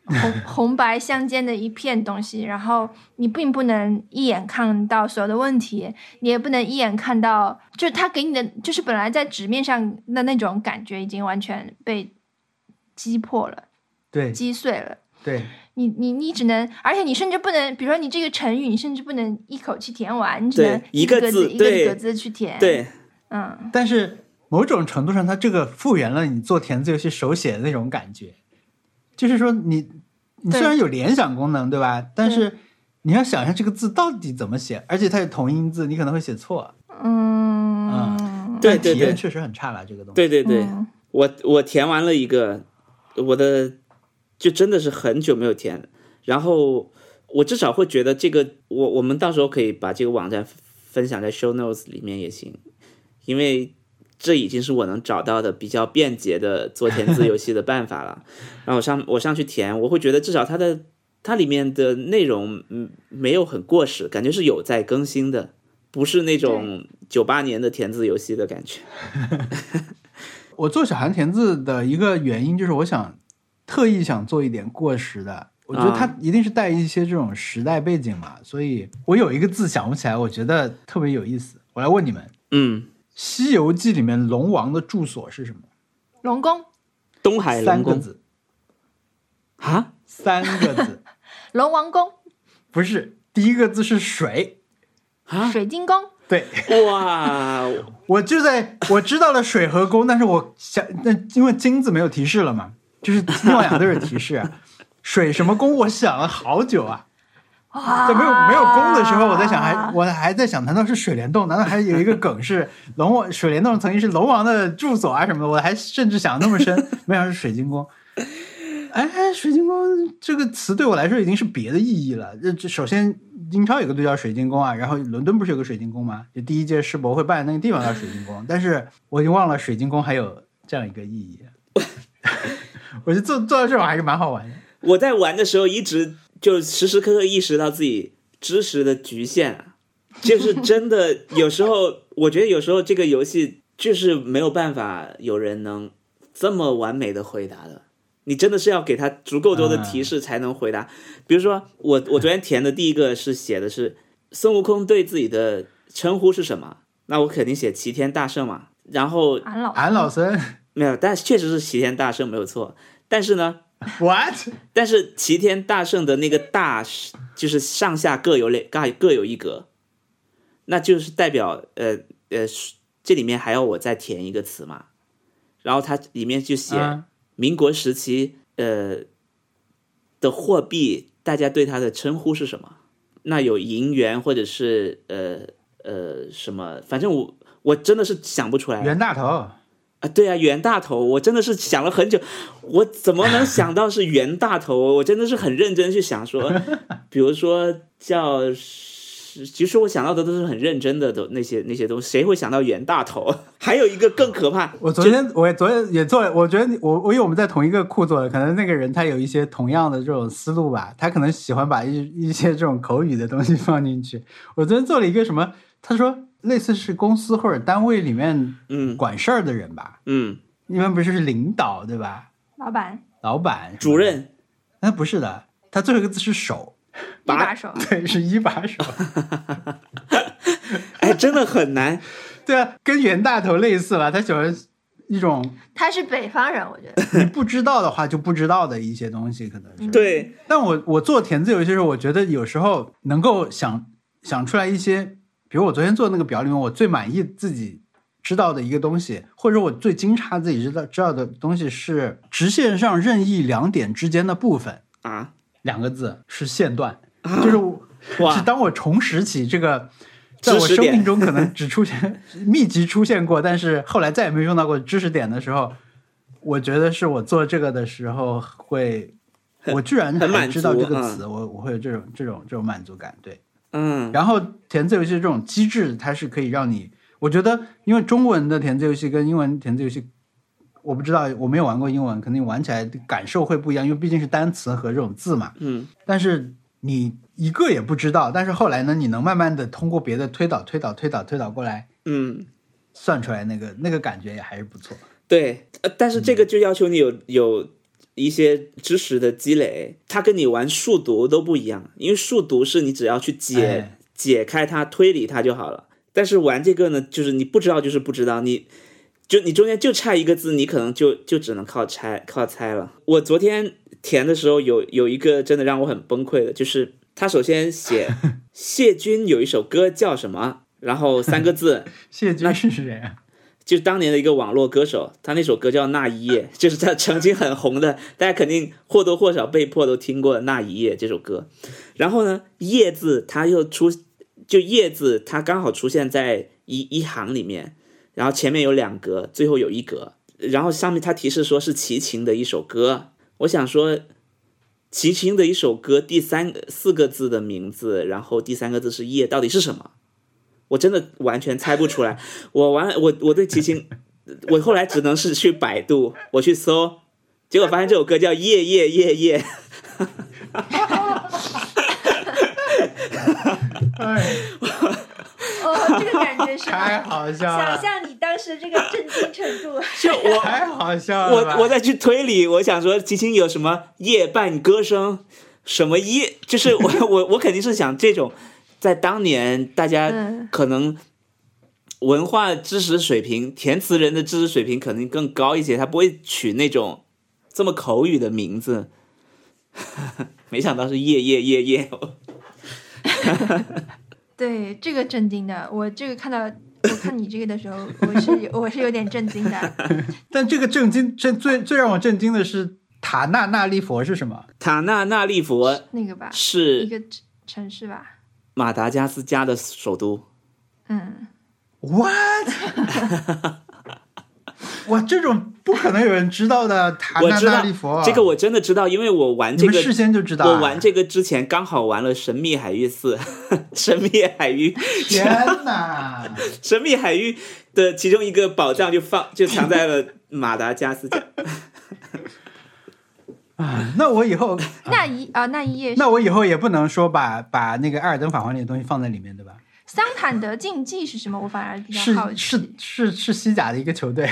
S3: 红红白相间的一片东西。然后你并不能一眼看到所有的问题，你也不能一眼看到，就是它给你的，就是本来在纸面上的那种感觉已经完全被击破了。
S1: 对，
S3: 击碎了。
S1: 对，
S3: 你你你只能，而且你甚至不能，比如说你这个成语，你甚至不能一口气填完，你只
S2: 对
S3: 能
S2: 一个
S3: 个
S2: 字
S3: 一个
S2: 对
S3: 一个字去填。，
S2: 对，
S3: 嗯，
S1: 但是某种程度上，它这个复原了你做填字游戏手写的那种感觉，就是说你你
S3: 对
S1: 虽然有联想功能，对吧？但是你要想一下这个字到底怎么写，而且它有同音字，你可能会写错。啊
S3: 嗯，
S2: 对
S1: 但
S2: 对
S1: 体
S2: 对
S1: 验确实很差了，这个东西。
S2: 对对对，
S3: 嗯
S2: 我我填完了一个，我的就真的是很久没有填了，然后我至少会觉得这个，我我们到时候可以把这个网站分享在 show notes 里面也行，因为这已经是我能找到的比较便捷的做填字游戏的办法了。然后我上我上去填，我会觉得至少它的它里面的内容嗯没有很过时，感觉是有在更新的，不是那种九八年的填字游戏的感觉。
S1: 我做小韩填字的一个原因就是，我想特意想做一点过时的。我
S2: 啊
S1: 觉得它一定是带一些这种时代背景嘛，所以我有一个字想不起来，我觉得特别有意思。我来问你们，《
S2: 嗯，
S1: 西游记》里面龙王的住所是什么？
S3: 龙宫
S2: 东海
S1: 三
S2: 龙
S1: 个
S2: 宫
S1: 字，
S2: 啊，
S1: 三个字，
S3: 龙王宫、
S1: 不是第一个字是水。
S2: 啊
S3: 水晶宫，
S1: 对，
S2: 哇，
S1: 我就在我知道了水和宫，但是我想，那因为金字没有提示了嘛，就是另外两个都有提示、啊。 水什么宫？我想了好久啊，
S3: 哇，
S1: 在没有没有宫的时候，我在想还我还在想，难道是水帘洞？难道还有一个梗是龙王水帘洞曾经是龙王的住所啊什么的？我还甚至想那么深，没想到是水晶宫。哎，水晶宫这个词对我来说已经是别的意义了。这这首先，英超有个队叫水晶宫啊，然后伦敦不是有个水晶宫吗？就第一届世博会办的那个地方叫水晶宫，但是我已经忘了水晶宫还有这样一个意义。 我觉得做做到这种还是蛮好玩的。
S2: 我在玩的时候一直就时时刻刻意识到自己知识的局限啊，就是真的有时候，我觉得有时候这个游戏就是没有办法有人能这么完美的回答的。你真的是要给他足够多的提示才能回答。比如说，我我昨天填的第一个是写的是孙悟空对自己的称呼是什么，那我肯定写齐天大圣嘛。然后
S3: 俺老
S1: 韩老森
S2: 没有，但确实是齐天大圣没有错。但是呢，
S1: ，what？
S2: 但是齐天大圣的那个大是就是上下各有两各各有一格，那就是代表呃呃，这里面还要我再填一个词嘛。然后它里面就写、
S1: 嗯
S2: 民国时期呃的货币，大家对它的称呼是什么？那有银元或者是呃呃什么，反正我我真的是想不出来。
S1: 袁大头。
S2: 啊，对啊，袁大头，我真的是想了很久，我怎么能想到是袁大头？我真的是很认真去想说，比如说叫是，其实我想到的都是很认真的都那些那些东西，谁会想到袁大头？ 还有一个更可怕，
S1: 我昨
S2: 就
S1: 天我也昨天也做了，我觉得你我我因为我们在同一个库做的，可能那个人他有一些同样的这种思路吧，他可能喜欢把一一些这种口语的东西放进去。 我昨天做了一个什么，他说类似是公司或者单位里面
S2: 嗯
S1: 管事儿的人吧，
S2: 嗯，
S1: 一般不是是领导对吧？
S3: 老板
S1: 老板、
S2: 主，任
S1: 那不是的，他最后一个字是手，
S3: 一
S2: 把
S3: 把手，
S1: 对，是一把手，
S2: 哎，真的很难，
S1: 对啊，跟袁大头类似吧，他喜欢一种
S3: 他是北方人，我觉得
S1: 你不知道的话就不知道的一些东西，可能是。
S2: 对，
S1: 但我我做填字游戏的时候，我觉得有时候能够想想出来一些，比如我昨天做的那个表里面，我最满意自己知道的一个东西，或者我最惊诧自己知道知道的东西是直线上任意两点之间的部分，
S2: 啊，
S1: 两个字啊是线段，就是我是
S2: 哇，
S1: 当我重拾起这个。在我
S2: 知识
S1: 生
S2: 点
S1: 命中可能只出现密集出现过，但是后来再也没有用到过知识点的时候，我觉得是我做这个的时候会，我居然
S2: 很
S1: 还
S2: 满
S1: 知道这
S2: 足
S1: 个词，我我会有这种这种这种满足感。对，
S2: 嗯，
S1: 然后填字游戏这种机制，它是可以让你，我觉得因为中文的填字游戏跟英文填字游戏，我不知道我没有玩过英文，肯定玩起来感受会不一样，因为毕竟是单词和这种字嘛。
S2: 嗯，
S1: 但是你一个也不知道，但是后来呢，你能慢慢的通过别的推导、推导、推导、推导过来，
S2: 嗯，
S1: 算出来那个那个感觉也还是不错。
S2: 对，呃但是这个就要求你有有一些知识的积累，它跟你玩数独都不一样，因为数独是你只要去解、
S1: 哎
S2: 解开它、推理它就好了。但是玩这个呢，就是你不知道就是不知道，你就你中间就差一个字，你可能就就只能靠猜靠猜了。我昨天填的时候有有一个真的让我很崩溃的，就是他首先写 谢军有一首歌叫什么，然后三个字，
S1: 谢军是谁啊？
S2: 就是当年的一个网络歌手，他那首歌叫《那一夜》，就是他曾经很红的，大家肯定或多或少被迫都听过《那一夜》这首歌。然后呢，“夜”字它又出，就“夜”字它刚好出现在一一行里面，然后前面有两格，最后有一格，然后上面它提示说是齐秦的一首歌。我想说，齐秦的一首歌，第三四个字的名字，然后第三个字是“夜”，到底是什么？我真的完全猜不出来。我完，我我对齐秦， 我后来只能是去百度，我去搜，结果发现这首歌叫《夜夜夜夜》，
S1: 哎，
S3: 哦，这个感觉是
S1: 太好笑
S3: 想
S1: 了，
S3: 象你当时这个震惊程度，
S2: 就我
S1: 太好笑了吧。
S2: 我我再去推理，我想说齐秦有什么夜半歌声，什么夜，就是我 我我肯定是想这种，在当年大家
S3: 嗯，
S2: 可能文化知识水平，填词人的知识水平肯定更高一些，他不会取那种这么口语的名字。 没想到是夜夜夜夜，
S3: 对，这个震惊的，我这个看到。我看你这个的时候，我是有我是有点震惊的。
S1: 但这个震惊，这最最让我震惊的是塔纳纳利佛是什么？
S2: 塔纳纳利佛
S3: 那个吧，一
S2: 呃是
S3: 个城城市吧，
S2: 马达加斯加的首都。
S3: 嗯，
S1: What？哇，这种不可能有人知道的塔
S2: 我
S1: 纳
S2: 知道
S1: 纳利佛，啊
S2: 这个我真的知道，因为我玩
S1: 你
S2: 这
S1: 们
S2: 个
S1: 事先就知道、啊。
S2: 我玩这个之前刚好玩了《神秘海域四》， 《神秘海域》《
S1: 天哪！
S2: 神秘海域》的其中一个宝藏就放就藏在了马达加斯加。
S1: 啊，那我以后，
S3: 那一啊那一夜是
S1: 那我以后也不能说把把那个《艾尔登法环》里的东西放在里面，对吧？
S3: 桑坦德竞技是什么？我反而比较好
S1: 是是
S3: 奇。
S1: 是是西甲的一个球队，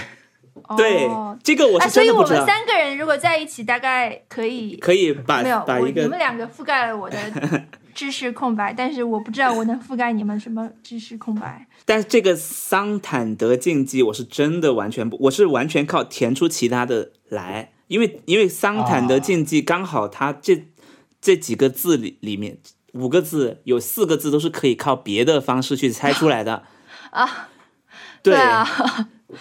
S2: 对
S3: 哦，
S2: 这个我
S3: 啊，
S2: 是
S3: 所
S2: 真
S3: 以
S2: 的
S3: 我
S2: 不知
S3: 们
S2: 道。
S3: 三个人如果在一起，大概可以
S2: 可以把
S3: 没有
S2: 把
S3: 我
S2: 一
S3: 你们
S2: 个
S3: 两个覆盖了我的 知识空白，但是我不知道我能覆盖你们什么知识空白。
S2: 但是这个桑坦德竞技，我是真的完全不，我是完全靠填出其他的来，因为因为桑坦德竞技刚好它这这几个字里里面五个字有四个字都是可以靠别的方式去猜出来的
S3: 啊。
S2: 对
S3: 啊，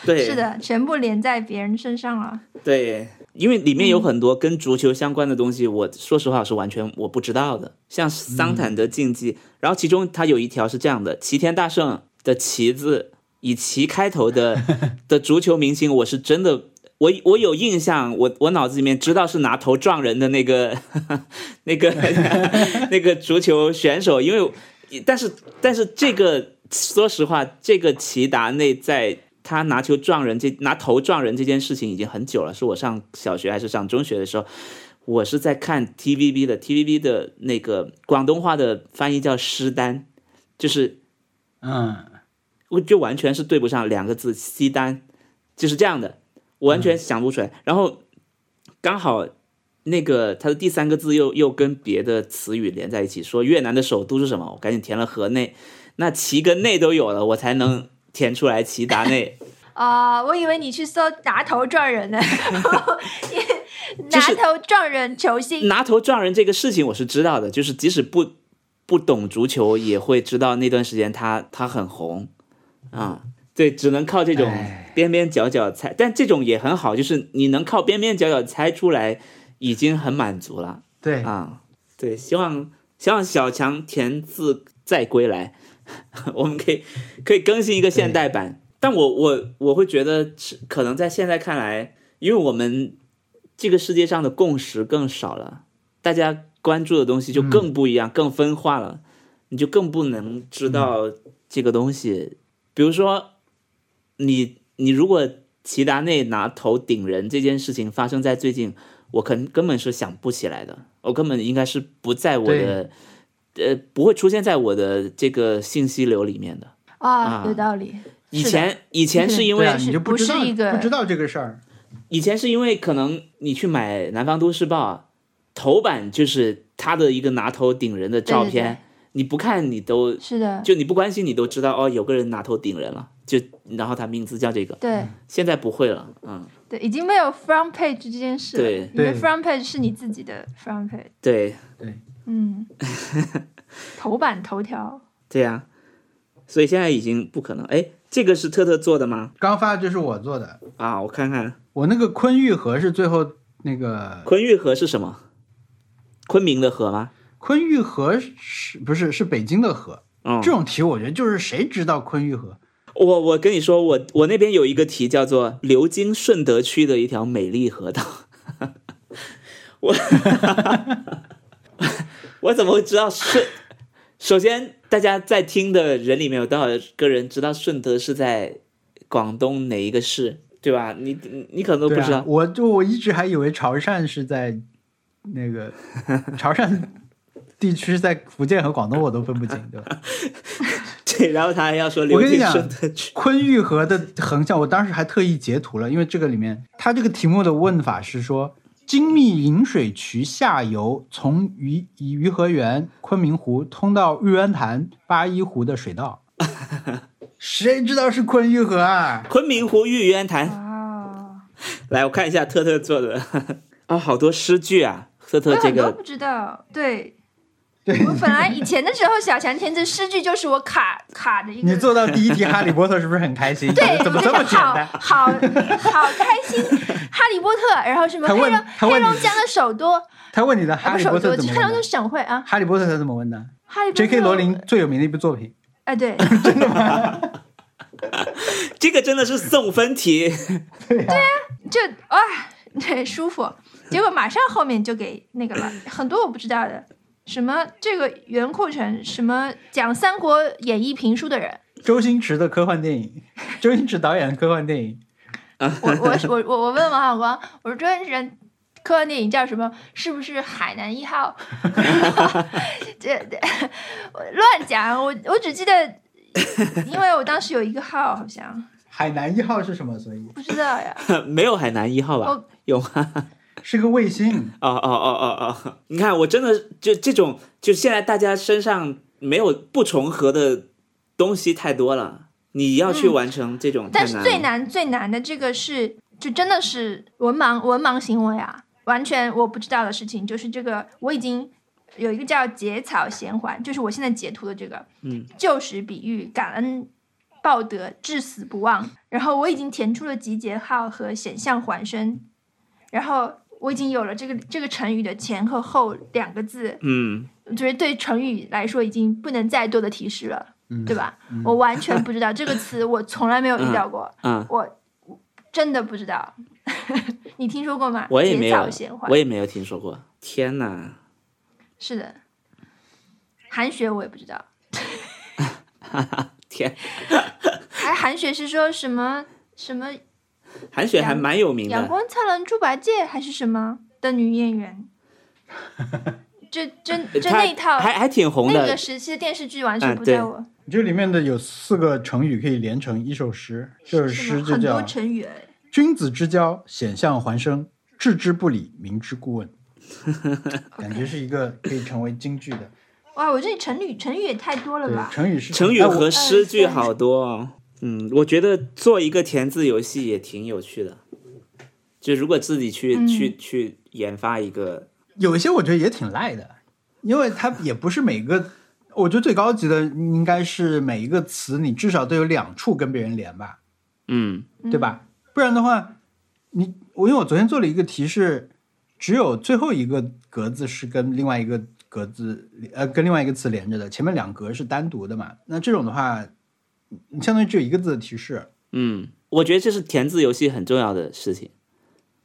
S2: 对
S3: 是的，全部连在别人身上了。
S2: 对，因为里面有很多跟足球相关的东西，我说实话我是完全我不知道的，像桑坦德竞技，然后其中它有一条是这样的：齐天大圣的“齐”字，以“齐”开头的的足球明星，我是真的。我我有印象，我我脑子里面知道是拿头撞人的那个 那个那个足球选手，因为但是但是这个说实话，这个齐达内在他拿球撞人这拿头撞人这件事情已经很久了，是我上小学还是上中学的时候，我是在看 TVB 的 TVB 的那个广东话的翻译叫诗丹，就是
S1: 嗯，
S2: 我就完全是对不上两个字“西单”，就是这样的，我完全想不出来。然后刚好那个它的第三个字又又跟别的词语连在一起，说越南的首都是什么？我赶紧填了河内，那齐跟内都有了，我才能填出来齐达内。
S3: 啊、我以为你去搜拿头撞 人呢，然后你
S2: 就
S3: 拿
S2: 是
S3: 头撞人球星。
S2: 拿头撞人这个事情我是知道的，就是即使不不懂足球，也会知道那段时间他他很红啊。对，只能 靠这种
S1: 哎
S2: 边边角角猜，但这种也很好，就是你能靠边边角角猜出来，已经很满足了
S1: 对，
S2: 啊。对，希望希望小强填字再归来， 我们可以可以更新一个现代版。但我我我会觉得是，可能在现在看来，因为我们这个世界上的共识更少了，大家关注的东西就更不一样，更分化了，你就更不能知道这个东西。比如说，你你如果齐达内拿头顶人这件事情发生在最近，我肯根本是想不起来的，我根本应该是不在我的。呃，不会出现在我的这个信息流里面的。
S3: 啊
S2: 啊，
S3: 有道理。
S2: 以
S3: 是的
S2: 前以前是 因
S1: 对
S2: 为
S1: 啊，你就知道
S3: 不是一个
S1: 不知道这个事儿，
S2: 以前是因为可能你去买《南方都市报》啊，头版就是他的一个拿头顶人的照片，
S3: 对对对
S2: 你不看你都
S3: 是的，
S2: 就你不关心你都知道哦，有个人拿头顶人了，就然后他名字叫这个，
S3: 对
S2: 现在不会了，嗯，
S3: 对，已经没有 front page 这件事了。
S2: 对
S3: 你的
S1: 对
S3: front page 是你自己的 front page，
S2: 对
S3: 嗯，头版头条。
S2: 对呀、所以现在已经不可能。哎，这个是特特做的吗？
S1: 刚发的这是我做的，
S2: 啊，我看看，
S1: 我那个昆玉盒是最后那个
S2: 昆玉河是什么？昆明的河吗？
S1: 昆玉盒是不是是北京的盒？
S2: 嗯，
S1: 这种题我觉得就是谁知道昆玉盒？
S2: 我我跟你说，我我那边有一个题叫做流经顺德区的一条美丽河道，我 我怎么会知道顺？首先，大家在听的人里面有多少个人知道顺德是在广东哪一个市，对吧？你你你可能都不
S1: 对
S2: 知道
S1: 啊，，我就我一直还以为潮汕是在那个潮汕地区，在福建和广东我都分不清，对吧？
S2: 对，然后他还要说
S1: 我
S2: 流
S1: 跟你
S2: 经
S1: 讲
S2: 顺德区，
S1: 昆玉河的横向，我当时还特意截图了，因为这个里面它这个题目的问法是说。精密引水渠下游从于以于河源、昆明湖通到玉渊潭、八一湖的水道， 谁知道是昆玉河啊？
S2: 昆明湖玉渊潭。
S3: 哦，
S2: 来，我看一下特特做的啊，好多诗句啊，特
S3: 我
S2: 特
S3: 有
S2: 这
S3: 很多
S2: 个
S3: 不知道。对，
S1: 对
S3: 我本来以前的时候，小强填词诗句就是我卡卡的一个。
S1: 你做到第一题《哈利波特》是不是很开心？
S3: 对，
S1: 怎么
S3: 我
S1: 这
S3: 就
S1: 么
S3: 是
S1: 简
S3: 好
S1: 单？
S3: 好好开心，哈利波特，然后什么
S1: 他
S3: 黑
S1: 问
S3: 龙
S1: 他问
S3: 黑
S1: 你
S3: 龙江的首都，啊
S1: 他问你的《哈
S3: 不
S1: 利
S3: 是
S1: 波
S3: 首
S1: 特
S3: 都，》
S1: 怎么
S3: 黑龙
S1: 问
S3: 江
S1: 的？
S3: 省会啊，
S1: 《哈利波特》他怎么问的
S3: 哈利波特。
S1: ？J.K. 罗琳最有名的一部作品，
S3: 哎，对，
S2: 这个真的是送分题，
S1: 对呀、
S3: 就啊，对，舒服。结果马上后面就给那个了，很多我不知道的，什么这个袁阔成，什么讲《三国演义》评书的人，
S1: 周星驰的科幻电影， 周星驰导演的科幻电影，
S3: 我我我我我问王小光，我说周星驰科幻电影叫什么？是不是《海南一号》这？这我乱讲，我我只记得，因为我当时有一个号，好像
S1: 《海南一号》是什么？所以
S3: 不知道呀。
S2: 没有海南一号吧
S3: 哦？
S2: 有吗？
S1: 是个卫星。
S2: 哦哦哦哦哦！你看，我真的就这种，就现在大家身上没有不重合的东西太多了，你要去完成这种太
S3: 嗯但是
S2: 难
S3: 最
S2: 了。
S3: 难最难的这个是，就真的是文盲文盲行为啊，完全我不知道的事情，就是这个我已经有一个叫结草衔环，就是我现在截图的这个，
S2: 嗯，
S3: 旧时比喻感恩。报德至死不忘，然后我已经填出了集结号和险象环生，然后我已经有了这个这个成语的前和后两个字，
S2: 嗯，
S3: 就是对成语来说已经不能再多的提示了，
S1: 嗯
S3: 对吧？我完全不知道这个词，我从来没有遇到过，
S2: 嗯嗯
S3: 我真的不知道。 你听说过吗？
S2: 我也没
S3: 节
S2: 有
S3: 早闲话，
S2: 我也没有听说过。天哪，
S3: 是的，韩学我也不知道，
S2: 天，
S3: 还哎韩学是说什么什么
S2: 韩雪还
S3: 阳
S2: 蛮有名
S3: 阳
S2: 的。
S3: 光灿烂猪八戒还是什么的女演员，这这
S2: 呃
S3: 这
S2: 她
S3: 那一套
S2: 还还挺红
S3: 那个
S2: 的，
S3: 时期的电视剧完全
S2: 嗯
S3: 不
S2: 对
S3: 在我，
S1: 这里面的有四个成语可以连成一首诗，这首
S3: 是
S1: 诗
S3: 吗
S1: 就
S3: 很
S1: 叫
S3: 多成语哎。
S1: “君子之交，险象环生；置之不理，明知故 问”，感觉是一个可以成为京剧的。
S3: 哇，我这成语成语也太多了
S1: 对
S3: 吧，？
S1: 成语是
S2: 成语
S1: 哎我
S2: 和诗句
S3: 哎我
S2: 好多哦。嗯，我觉得做一个填字游戏也挺有趣的，就如果自己去、
S3: 嗯
S2: 去去研发一个，
S1: 有一些我觉得也挺赖的，因为它也不是每个，我觉得最高级的应该是每一个词你至少都有两处跟别人连吧，
S2: 嗯
S1: 对吧？不然的话，你我因为我昨天做了一个题是，只有最后一个格子是跟另外一个格子呃跟另外一个词连着的，前面两格是单独的嘛。那这种的话，你相当于只有一个字的提示，
S2: 嗯，我觉得这是填字游戏很重要的事情，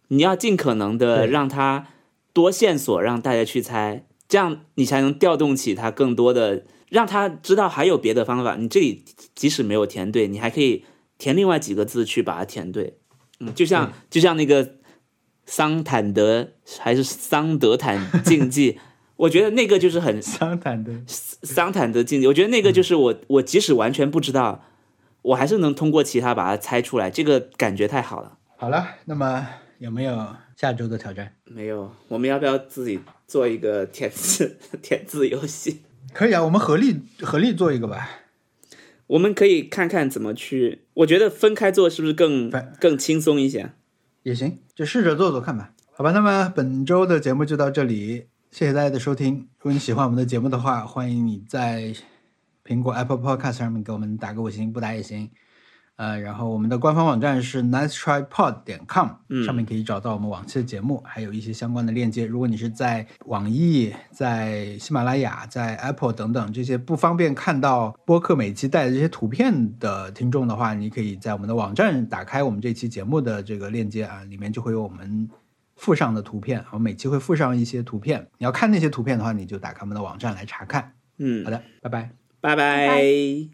S2: 你要尽可能的
S1: 对
S2: 让它多线索让大家去猜，这样你才能调动起它更多的，让他知道还有别的方法。你这里即使没有填对，你还可以填另外几个字去把它填对。嗯，就像就像那个桑坦德还是桑德坦竞技，我觉得那个就是很
S1: 桑坦的。
S2: 桑坦德竞技，我觉得那个就是我，我即使完全不知道，我还是能通过其他把它猜出来，这个感觉太好了。
S1: 好了，那么有没有下周的挑战？
S2: 没有，我们要不要自己做一个填字填字游戏？
S1: 可以啊，我们合力合力做一个吧。
S2: 我们可以看看怎么去，我觉得分开做是不是更
S1: 分
S2: 更轻松一些？
S1: 也行，就试着做做看吧。好吧，那么本周的节目就到这里，谢谢大家的收听。如果你喜欢我们的节目的话，欢迎你在苹果 Apple Podcast 上面给我们打个五星，不打也行。呃，然后我们的官方网站是 nice try pod 点 com，
S2: 嗯
S1: 上面可以找到我们往期的节目，还有一些相关的链接。如果你是在网易、在喜马拉雅、在 Apple 等等这些不方便看到播客每期带的这些图片的听众的话，你可以在我们的网站打开我们这期节目的这个链接啊，里面就会有我们附上的图片，我们每期会附上一些图片。你要看那些图片的话，你就打开我们的网站来查看。
S2: 嗯
S1: 好，的，拜拜。
S2: 拜
S3: 拜
S2: 拜